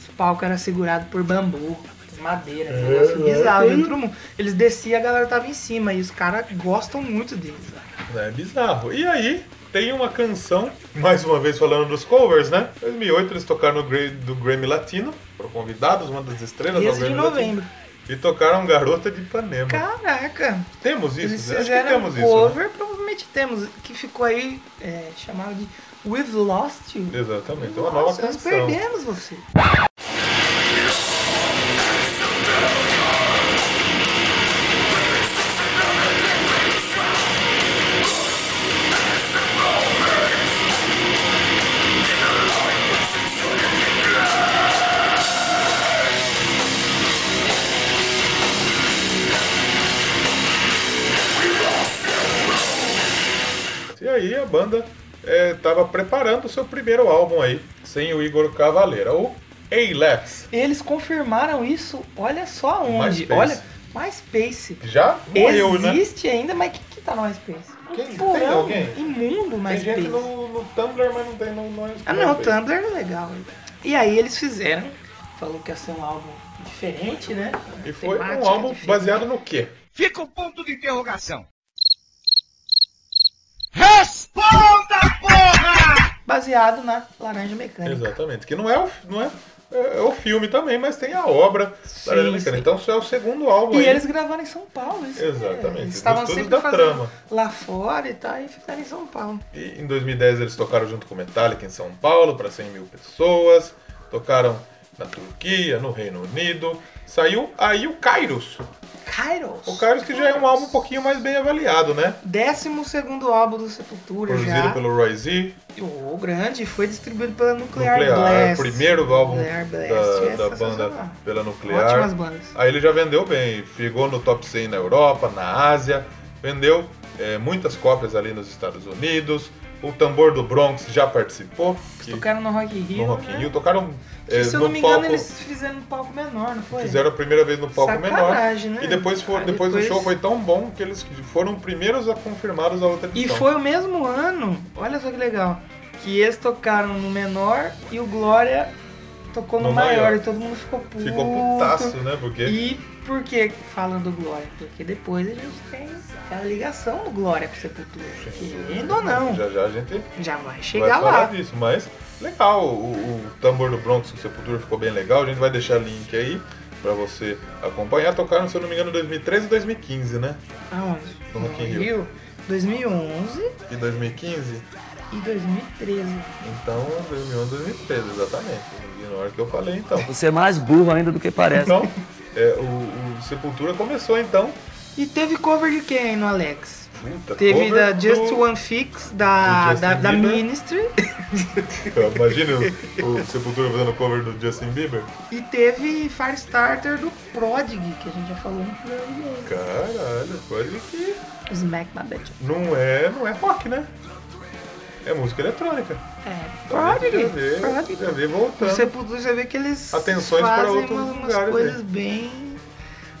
os palcos eram segurados por bambu, madeira, um negócio
É,
bizarro dentro do mundo. Eles desciam a galera tava em cima e os caras gostam muito deles. né? velho.
É bizarro. E aí, tem uma canção, mais uma vez falando dos covers, né? Em 2008 eles tocaram no Grammy, do Grammy Latino, foram convidados, uma das estrelas do
13 de
Grammy
novembro.
Latino. E tocaram Garota de Ipanema.
Caraca!
Temos
Eles
isso? Acho que
fizeram
temos
um
isso. né?
cover, provavelmente temos, que ficou aí é, chamado de We've Lost You.
Exatamente, é uma nova
Nossa, nós
canção.
perdemos você.
E aí a banda estava preparando o seu primeiro álbum aí, sem o Igor Cavaleira, o Alex.
Eles confirmaram isso, olha só onde.
MySpace.
Olha, MySpace.
Já morreu, né?
Existe ainda, mas quem que tá no MySpace?
Quem? Tem
Porão,
alguém?
é um imundo
Tem
MySpace.
gente no, no Tumblr, mas não tem no, no
Ah não, o
MySpace.
Tumblr é legal. E aí eles fizeram, falou que ia ser um álbum diferente, né?
E foi um
Temática
álbum
diferente.
baseado no quê?
Fica o ponto de interrogação. Responda, porra!
baseado na Laranja Mecânica.
Exatamente, que não é o, não é, é, é o filme também, mas tem a obra
Sim,
da Ariana Grande.
sim.
Então isso é o segundo álbum
E
aí.
eles gravaram em São Paulo, isso é-
Exatamente,
Eles
nos
estavam
estúdios
sempre
da
fazendo
Trama.
lá fora e tal, e ficaram em São Paulo.
E em 2010 eles tocaram junto com Metallica em São Paulo para 100 mil pessoas, tocaram na Turquia, no Reino Unido. Saiu aí o Kairos.
Kairos.
O Kairos que já é um álbum um pouquinho mais bem avaliado, né?
Décimo segundo álbum do Sepultura já.
Produzido pelo Roy Z,
Tipo, O grande foi distribuído pela Nuclear,
Nuclear, é
Blast.
primeiro álbum
Nuclear Blast, é
da, da
sensacional.
banda pela Nuclear.
Ótimas bandas.
Aí ele já vendeu bem, chegou no top 100 na Europa, na Ásia, vendeu eh, muitas cópias ali nos Estados Unidos. O Tambor do Bronx já participou que-
Tocaram no Rock in Rio.
no Rock in
né?
Rio, tocaram
Que,
eh,
se eu
no
não me
palco,
engano, eles fizeram um palco menor, não foi?
fizeram a primeira vez no palco menor.
Sacanagem, né?
E depois, foram,
Aí
depois,
depois-
o show foi tão bom que eles foram primeiros a confirmar os a outra
E
edição.
foi o mesmo ano, olha só que legal, que eles tocaram no menor e o Glória tocou no,
No
maior,
maior.
e todo mundo ficou puto.
Ficou putaço, né? Porque
E por que falam do Glória? Porque depois a gente tem aquela ligação do Glória com Sepultura. Querendo ou não, já,
já já a gente
vai
vai
chegar
falar
lá.
disso, mas legal, o, o tambor do Bronx do Sepultura ficou bem legal, a gente vai deixar link aí pra você acompanhar. Tocaram, se eu não me engano, em 2013 e 2015, né?
Aonde?
No Rock in Rio.
2011
E 2015?
e 2013.
Então, 2011 2013, exatamente. E na hora que eu falei, então.
Você é mais burro ainda do que parece.
Então, é, o, o Sepultura começou, então.
E teve cover de quem aí no Alex?
Puta,
Teve
cover
da Just
do-
One Fix, da,
do Justin
da, da
Bieber.
Ministry.
Imagina o, o Sepultura fazendo cover do Justin Bieber.
E teve Firestarter do Prodig, que a gente já falou no programa. de hoje.
Caralho, pode que...
Smack My Bitch.
Não é, não é rock, né? É música eletrônica.
É,
Pode
Prodig.
ver,
Prodig.
Pode ver
No
voltando.
Sepultura você vê que eles
Então, Atenções para
fazem
outros
umas, umas
lugares,
coisas bem...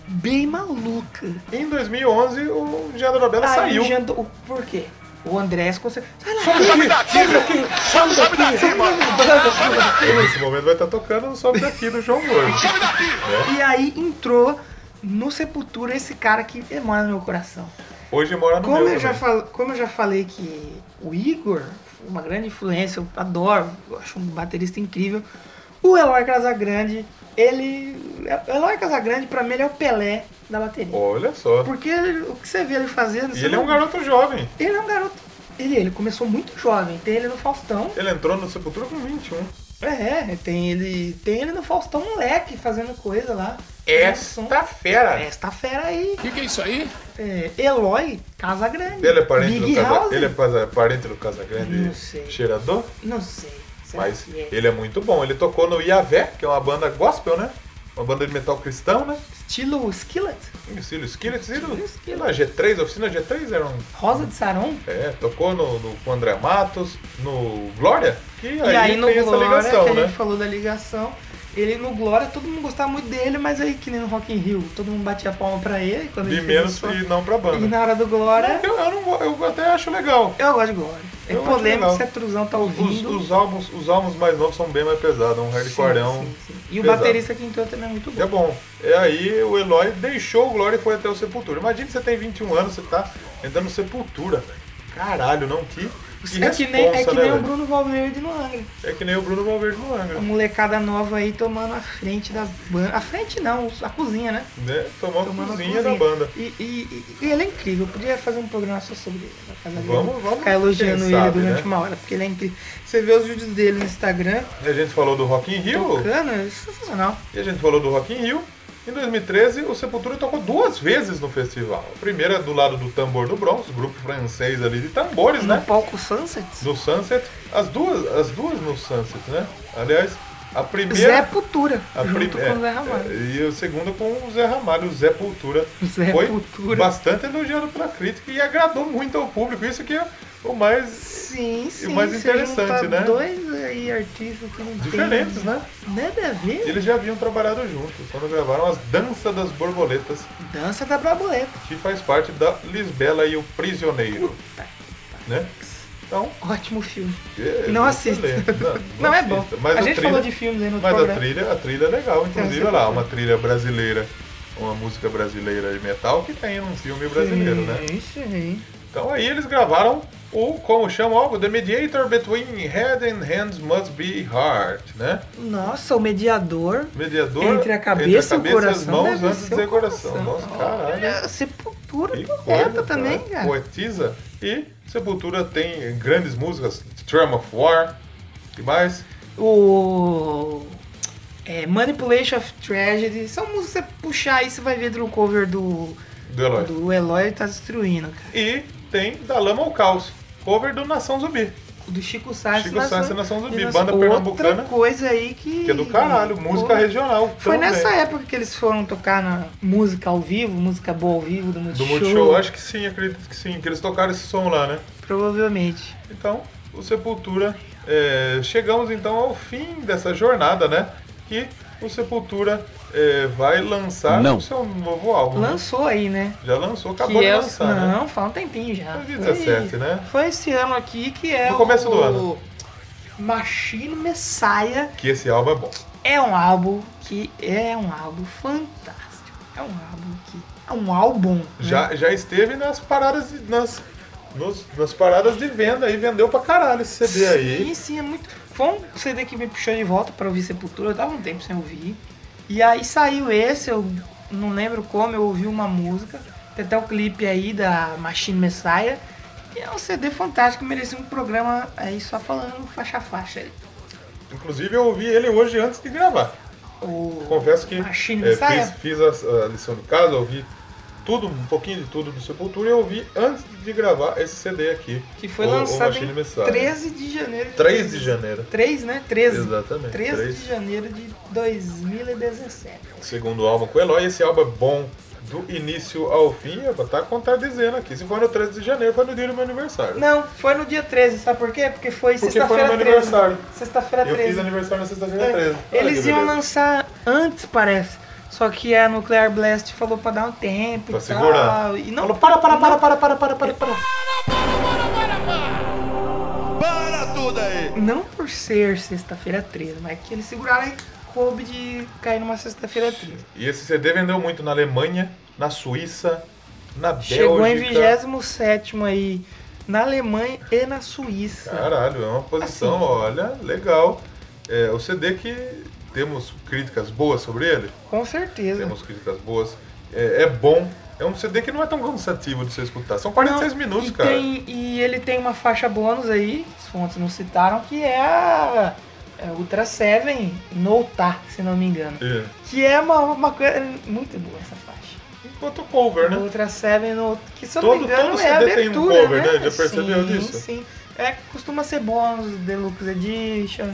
Bem maluca.
Em 2011, o Engenheiro da Bela
Aí
saiu.
o Jean do- o- Por quê? O Andrés consegue... Sai lá!
Sobe daqui, meu! Sobe daqui, mano!
Nesse momento vai estar tocando o Sobe Daqui do João Gordo.
Sobe daqui!
E aí entrou no Sepultura esse cara que mora no meu coração.
Hoje mora no
Como
É meu né?
eu, já
também.
fal- como eu já falei que o Igor, foi uma grande influência, eu adoro, eu acho um baterista incrível. O Eloy Casagrande, ele. O Eloy Casagrande, pra mim, ele é o Pelé da bateria.
Olha só.
Porque ele- o que você vê ele fazendo.
E
você
ele é
não-
um garoto jovem.
Ele é um garoto. Ele, ele começou muito jovem, tem ele no Faustão.
Ele entrou no Sepultura com 21.
É, tem ele, tem ele no Faustão Moleque fazendo coisa lá.
Esta fera.
Esta fera aí.
O que, que é isso aí?
É, Eloy Casagrande.
Ele é parente do
Big House.
casa, ele é pa- parente do Casagrande
Não sei.
cheirador,
Não sei. Será
mas
que é?
ele é muito bom. Ele tocou no Iavé, que é uma banda gospel, né? Uma banda de metal cristão, né?
Estilo Skillet?
Cílio Skillet, Cílio,
Cílio
sei
Skillet.
lá, G3, oficina G3 era um.
Rosa de Saron?
É, tocou no, no com o André Matos, no Glória, que aí,
e aí no
É, tem
Glória,
essa ligação,
que a
né?
gente falou da ligação, ele no Glória, todo mundo gostava muito dele, mas aí que nem no Rock in Rio, todo mundo batia palma pra ele. Quando
De
ele
menos
fez o som.
e não pra
E
banda. É
na hora do Glória,
Eu, eu não vou- eu até acho legal.
eu gosto de Glória. É
Eu acho
polêmico
legal.
se a Truzão tá
Os,
ouvindo.
os álbuns, os álbuns mais novos são bem mais pesados, é um hardcoreão.
Sim, sim, sim. E o
pesado.
baterista que entrou também é muito bom.
É bom. É aí o Eloy deixou o Glória e foi até o Sepultura. Imagina você tem 21 anos, você tá entrando no Sepultura, velho. Caralho, não que. que
é que nem, é
responsa,
que
né,
nem o
velho?
Bruno Valverde no Angra.
É que nem o Bruno Valverde no
A
Angra.
molecada nova aí tomando a frente das bandas. A frente não, a cozinha, né?
Né? Tomou a
Tomando
cozinha da banda.
E, e- e- e ele é incrível, eu podia fazer um programa só sobre ele. na casa dele.
Vamos- vamos,
Ficar elogiando
quem
ele
sabe,
durante
né?
uma hora, porque ele é incrível. Você vê os vídeos dele no Instagram,
E a gente falou do Rock in Rio.
tocando, é sensacional.
E a gente falou do Rock in Rio. Em 2013, o Sepultura tocou duas vezes no festival. A primeira do lado do Tambor do Bronx, grupo francês ali de tambores,
No
né?
palco Sunsets,
No Sunset. As duas, as duas no Sunset, né? Aliás, a
Zé
primeira...
Putura,
a
junto
prime-
com o Zé
é,
Ramalho.
é, E o segundo com o Zé Ramalho, o Zé Pultura.
Zé
Foi
Pultura.
bastante elogiado pela crítica e agradou muito ao público. Isso que é o mais
Sim, sim.
mais
você
interessante,
juntar
né?
dois aí artistas que não
diferentes,
tem
né?
nada a ver.
Eles já haviam trabalhado juntos quando gravaram as Dança das Borboletas,
Dança da Braboleta.
que faz parte da Lisbela e o Prisioneiro. Né? Então,
Ótimo filme.
é,
Não
é
assista.
excelente. Não,
Não, é bom.
assista. Mas
a gente
trilha,
falou de filmes aí no
Mas a
programa.
trilha, a trilha é legal, inclusive,
Tem,
olha lá,
sim.
uma trilha brasileira, uma música brasileira de metal que tem um filme brasileiro, né?
Sim, sim.
Então aí eles gravaram o, como chama o álbum? The Mediator Between Head and Hands Must Be Heart, né?
Nossa, o mediador.
Mediador
Entre a cabeça,
entre
e o
a cabeça e as
coração.
mãos
deve
antes
ser
de
o
ser coração. Nossa, caralho.
Olha, Sepultura
Que
correta
coisa,
também,
né?
cara.
Poetiza. E Sepultura tem grandes músicas, Tram of War, que mais?
O. é, Manipulation of Tragedy. São músicas que você puxar aí, você vai ver do cover do.
Do Eloy.
Do Eloy tá destruindo, cara.
E tem Da Lama ao Caos, cover do Nação Zumbi,
Do Chico Sainz.
Chico Sainz e Nação Zumbi,
e nas-
banda
outra
pernambucana.
coisa aí que.
que é do caralho, música
Pô,
regional.
Foi
também.
nessa época que eles foram tocar na música ao vivo, música boa ao vivo do
Do
Multishow.
Multishow, acho que sim, acredito que sim, que eles tocaram esse som lá, né?
Provavelmente.
Então, o Sepultura. é, chegamos então ao fim dessa jornada, né? Que o Sepultura é, vai lançar
Não.
o seu novo álbum. né?
Lançou aí, né?
Já lançou, acabou
que
de
é o-
lançar, né?
Não, faz um tempinho já.
2017,
Foi-
né?
Foi esse ano aqui que é
No começo
o...
do ano.
Machine Messiah
Que esse álbum é bom.
é um álbum que é um álbum fantástico. É um álbum que... É um álbum. né?
Já, já esteve nas paradas de, nas, nos- nas paradas de venda aí, vendeu pra caralho esse CD
Sim,
aí.
sim, é muito. Foi um CD que me puxou de volta pra ouvir Sepultura, eu dava um tempo sem ouvir. E aí saiu esse, eu não lembro como, eu ouvi uma música. Tem até o clipe aí da Machine Messiah. E é um CD fantástico, merecia um programa aí só falando faixa a faixa. aí.
Inclusive eu ouvi ele hoje antes de gravar.
O
Confesso que
Machine
é,
Messiah?
fiz, fiz a, a lição de casa, ouvi tudo, um pouquinho de tudo do Sepultura e eu ouvi antes de gravar esse CD aqui.
Que foi
o- o
lançado
Machine
em
Messiah.
13 de janeiro.
3 de janeiro.
3, né? 13.
Exatamente,
13
três.
de janeiro de 2017.
Segundo álbum com o Eloy, esse álbum é bom do início ao fim. Eu vou estar contradizendo aqui. Se for no 13 de janeiro, foi no dia do meu aniversário.
Não, foi no dia 13, sabe por quê? Porque foi
Porque foi
sexta-feira
no meu
13.
aniversário.
Sexta-feira
Eu
13.
fiz aniversário na sexta-feira
É,
13. Olha
Eles
que
iam
beleza.
lançar antes, parece. Só que a Nuclear Blast falou pra dar um tempo
Pra
e
segurar.
tal. E não,
Falou, para, para, para, para, para, para, para, para.
Para tudo aí!
não por ser sexta-feira 13, mas que eles seguraram e coube de cair numa sexta-feira 13.
E esse CD vendeu muito na Alemanha, na Suíça, na Bélgica.
Chegou em 27 aí na Alemanha e na Suíça.
Caralho, é uma posição,
Assim.
olha, legal. É, o CD que temos críticas boas sobre ele.
Com certeza.
Temos críticas boas. É, é bom. É um CD que não é tão cansativo de você escutar. São 46
Não,
minutos,
e
cara.
tem- e ele tem uma faixa bônus aí, as fontes não citaram, que é a, é, Ultra Seven Notar, se não me engano.
É.
Que é uma, uma coisa muito boa essa faixa.
Enquanto cover, né?
Ultra Seven Notar, que se eu não
Todo-
me engano
todo
é a
CD tem um
abertura,
cover, né? Já percebeu
sim,
disso?
Sim, é, costuma ser bônus, Deluxe Edition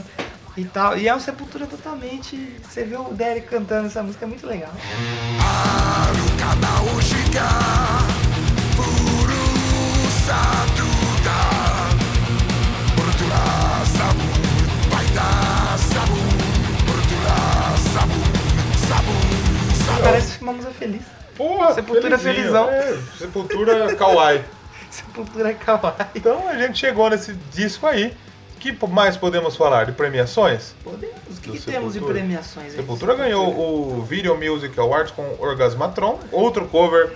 e tal. E é uma sepultura totalmente... Você vê o Derek cantando essa música, é muito legal.
'Sabu'.
Parece uma música feliz.
Porra,
Sepultura
felizinho,
felizão.
é, sepultura kawaii.
Sepultura é kawaii.
Então a gente chegou nesse disco aí. que po- mais podemos falar? De premiações?
Podemos. O que,
Do
que temos de
Sepultura.
premiações aí?
Sepultura ganhou o Video Music Awards com Orgasmatron, outro cover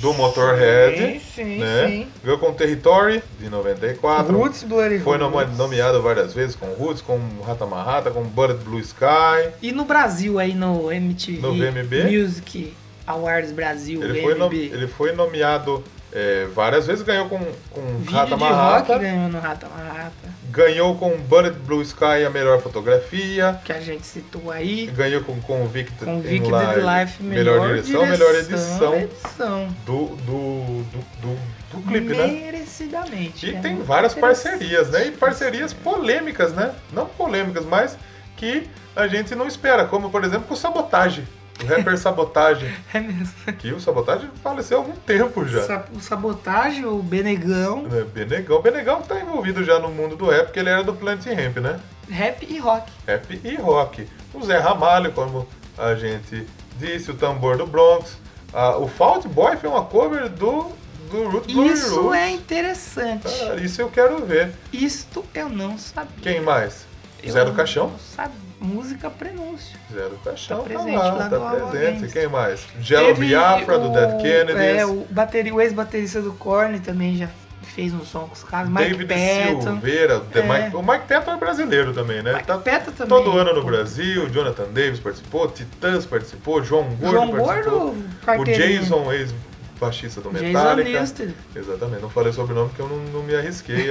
do Motorhead.
Sim, sim,
né?
sim.
Ganhou com Territory, de 94.
Roots, Bloody
Foi
Roots.
nome- nomeado várias vezes com Roots, com Rata Marrata, com Bullet Blue Sky.
E no Brasil aí no MTV
No VMB?
Music Awards Brasil
Ele
VMB.
foi, nom- ele foi nomeado é, várias vezes, ganhou com, com
Vídeo
Rata
de rock né?
Marrata,
ganhou no Rata Marrata,
ganhou com Bullet Blue Sky a melhor fotografia,
que a gente citou aí.
ganhou com Convicted,
Convicted
in Life,
Life,
melhor, direção, melhor edição
edição.
do, do, do, do, do clipe, né?
Merecidamente.
E
né?
tem
Muito
várias
interessante.
parcerias, né? E parcerias polêmicas, né? Não polêmicas, mas que a gente não espera, como por exemplo com o Sabotage. O rapper Sabotage,
É mesmo.
que o Sabotage faleceu há algum tempo já.
Sa- O sabotagem, o Benegão,
né? Benegão. Benegão tá envolvido já no mundo do rap, porque ele era do Plant Ramp, né?
rap e rock.
Rap e rock. O Zé Ramalho, como a gente disse, o Tambor do Bronx. Ah, o Fault Boy foi uma cover do, do Root Blue
Isso é interessante.
Ah, isso eu quero ver.
Isto eu não sabia.
Quem mais?
Eu
Zé do Caixão.
não sabia. Música prenúncio.
Zé do Caixão tá,
presente
lá,
lá no
tá
Alô
presente.
Games.
Quem mais? Jello
Teve
Biafra, do Dead Kennedys.
É, o, bateri, o ex-baterista do Korn também já fez um som com os caras. Mike
David
Patton.
Silveira, o The
É.
Mike- o Mike Patton é brasileiro também, né?
Mike
Tá
Patton também.
todo ano no
Pô,
Brasil, Jonathan Davis participou, Titãs participou, João Gordo
João
participou,
Gordo,
o
carteirinha.
Jason, ex-baixista do
Jason
Metallica.
Newsted.
Exatamente, não falei sobrenome porque eu não, não me arrisquei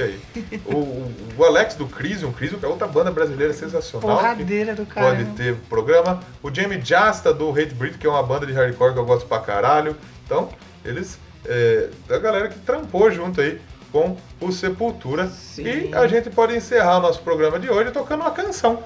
aí. o, o- o Alex do Crisium, Crisium que é outra banda brasileira sensacional. que
Porradeira do cara.
Pode ter programa. O Jamie Jasta do Hate Breed, que é uma banda de hardcore que eu gosto pra caralho. Então, eles. É, a galera que trampou junto aí com o Sepultura.
Sim.
E a gente pode encerrar o nosso programa de hoje tocando uma canção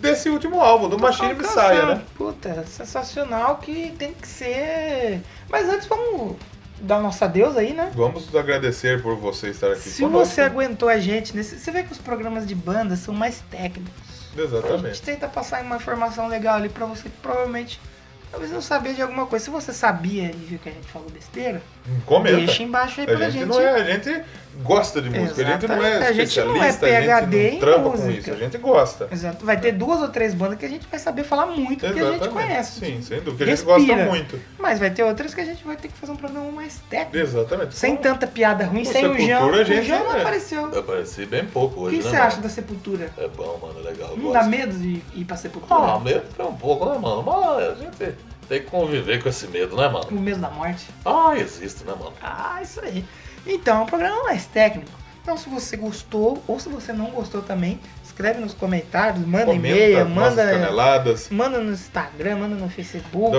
desse último álbum, do Machine
Uma
Messiah,
canção,
né?
Puta, sensacional que tem que ser. Mas antes vamos dar nossa adeus aí, né?
Vamos agradecer por você estar aqui
Se
conosco.
você aguentou a gente nesse. Você vê que os programas de banda são mais técnicos. A gente
Exatamente.
tenta passar uma informação legal ali pra você que provavelmente talvez não sabia de alguma coisa. Se você sabia e viu que a gente falou besteira,
Comenta.
deixa embaixo aí
Um A
pra
gente, não é, a gente gosta de música, a gente não é
Exatamente. A gente não é
especialista, a gente
PhD
não
em
trampa com
música.
isso, a gente gosta.
Exato. Vai ter duas ou três bandas que a gente vai saber falar muito, porque a gente
Exatamente.
conhece.
Sim, sem dúvida, que a gente
Respira.
gosta muito.
Mas vai ter outras que a gente vai ter que fazer um programa mais técnico.
Exatamente.
Sem
tanto
tanta piada ruim,
Com
sem o Jean.
Sepultura, a
O
gente
Jean não
é.
apareceu.
Eu apareci bem pouco
O
hoje,
que
né?
você
mano?
acha da Sepultura?
É bom, mano, legal. eu
Não
gosto.
dá medo de ir pra Sepultura?
Ah, medo foi um pouco, né, mano? Mas a gente tem que conviver com esse medo, né, mano?
O medo da morte?
Ah, existe, né, mano?
Ah, isso aí. Então, é um programa mais técnico. Então, se você gostou ou se você não gostou também, escreve nos comentários, manda e-mail,
nossas
manda,
caneladas.
manda no Instagram, manda no Facebook.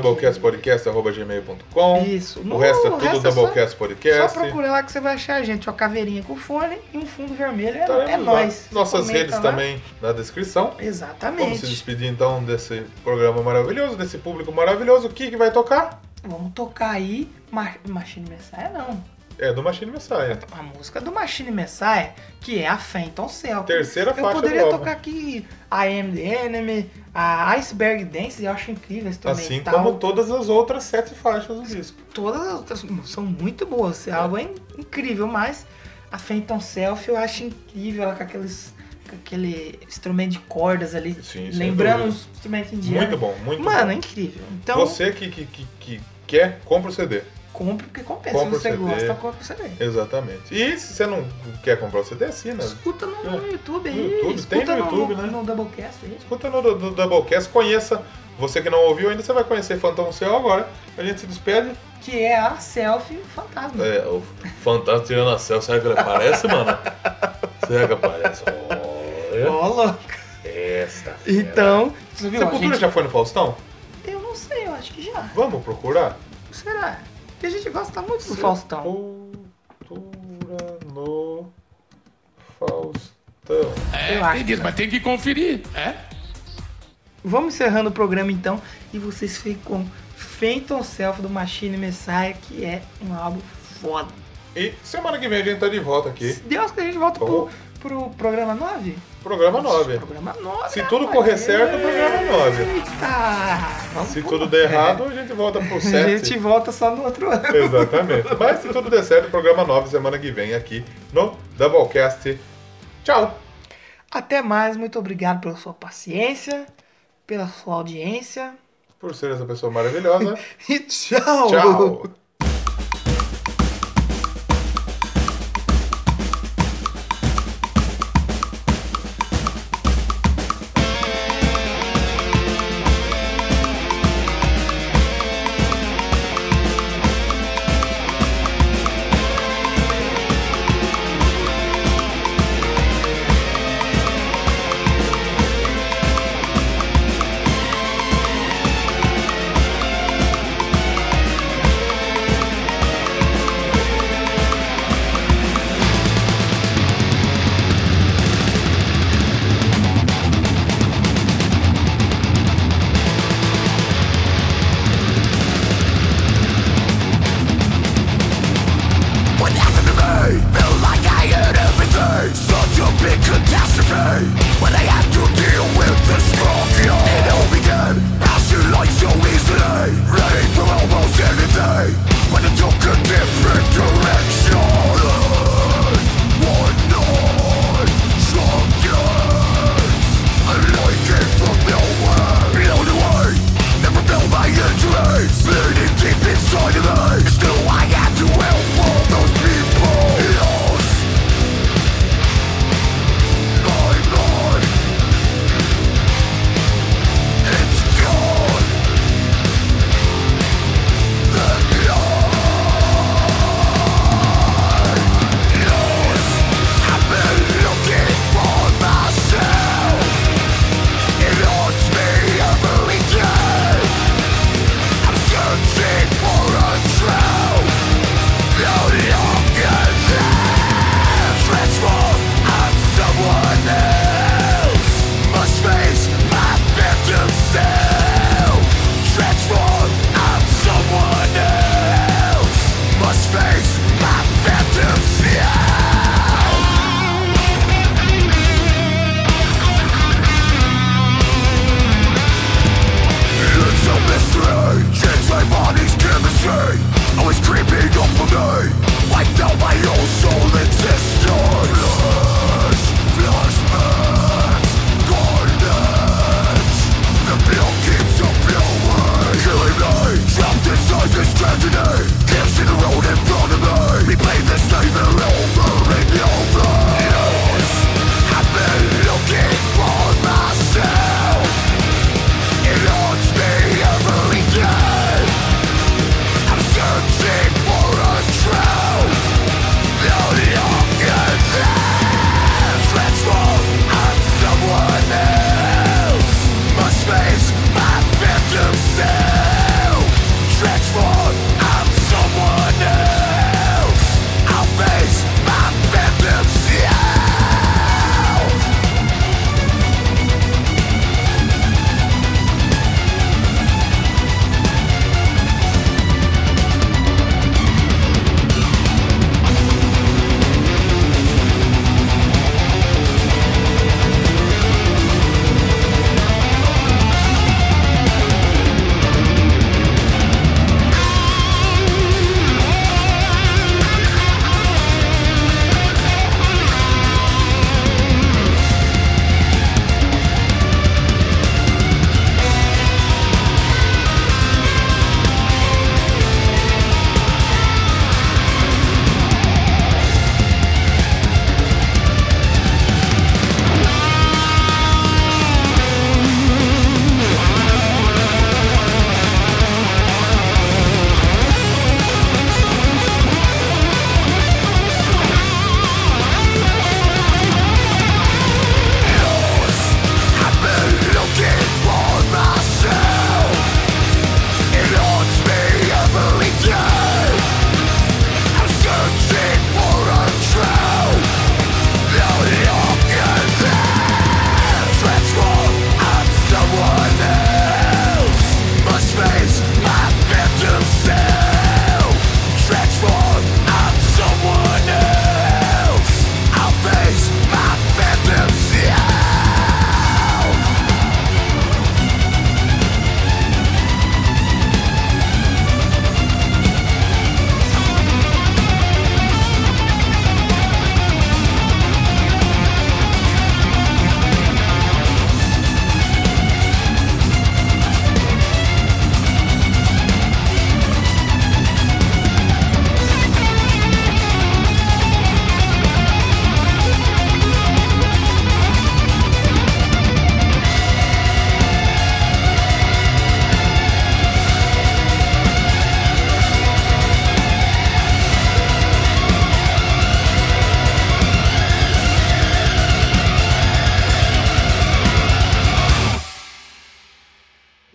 Doublecastpodcast.gmail.com
Isso.
O resto é tudo
só-
Doublecast
Só
Podcast.
procura lá que você vai achar a gente. Uma caveirinha com fone e um fundo vermelho. É,
Estaremos
é
lá.
nós.
Tá Nossas
Comenta né?
redes
lá.
também na descrição. Vamos se
Exatamente.
despedir então desse programa maravilhoso, desse público maravilhoso. O que, que vai tocar?
Vamos tocar aí Ma- Machine Messiah, não.
É do Machine Messiah.
A música do Machine Messiah, que é a Phantom Cell.
Terceira
Eu
faixa
poderia
do álbum.
tocar aqui a Am The Enemy, a Iceberg Dance, eu acho incrível esse
Assim
instrumental.
como todas as outras sete faixas do disco.
Todas as outras são muito boas, esse álbum é in- incrível, mas a Phantom Self eu acho incrível, ela com aqueles com aquele instrumento de cordas ali,
Sim, sem
lembrando
dúvida.
os instrumentos indianos.
Muito bom, muito
Mano, é
bom.
incrível. Então,
Você que, que, que, que quer, compra o CD.
compre porque compensa.
Compra
Se você
o É. CD.
gosta, compra o CD.
Exatamente. E se você não quer comprar o CD, assina.
Escuta no, no YouTube aí.
No É. YouTube, tem
escuta
no YouTube, né?
No Doublecast aí.
Escuta no, do- do Doublecast, conheça. Você que não ouviu ainda, você vai conhecer Phantom Cell agora. A gente se despede.
Que é a selfie fantasma.
É, o Fantasma tirando a Cell, será que ele aparece, mano? Será que aparece? Olha.
Ó, louco.
É, Esta
Então, você viu? a
Sepultura
gente-
já foi no Faustão?
Eu não sei, eu acho que já.
Vamos procurar?
Será? Porque a gente gosta muito do Faustão.
Sepultura no Faustão.
Eu acho.
diz, mas tem que conferir. É?
Vamos encerrando o programa então. E vocês ficam Phantom Self do Machine Messiah, que é um álbum foda.
E semana que vem a gente tá de volta aqui.
Se Deus que a gente volta pro, pro programa 9?
Programa 9.
Programa 9.
Se tudo correr certo, é programa 9.
Eita! Vamos
Se
pro-
tudo der errado, a gente volta pro
A gente
7.
volta só no outro ano.
Exatamente. Mas se tudo der certo, programa 9 semana que vem aqui no Doublecast. Tchau!
Até mais, muito obrigado pela sua paciência, pela sua audiência.
Por ser essa pessoa maravilhosa.
E tchau!
Tchau!
Thank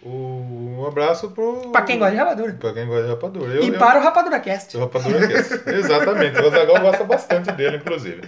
Um abraço pro.
Pra quem gosta de rapadura.
Pra quem gosta de rapadura. Eu,
E
eu-
para o Rapadura Cast.
é Rapadura Cast. Exatamente. O Azaghal gosta bastante dele, inclusive.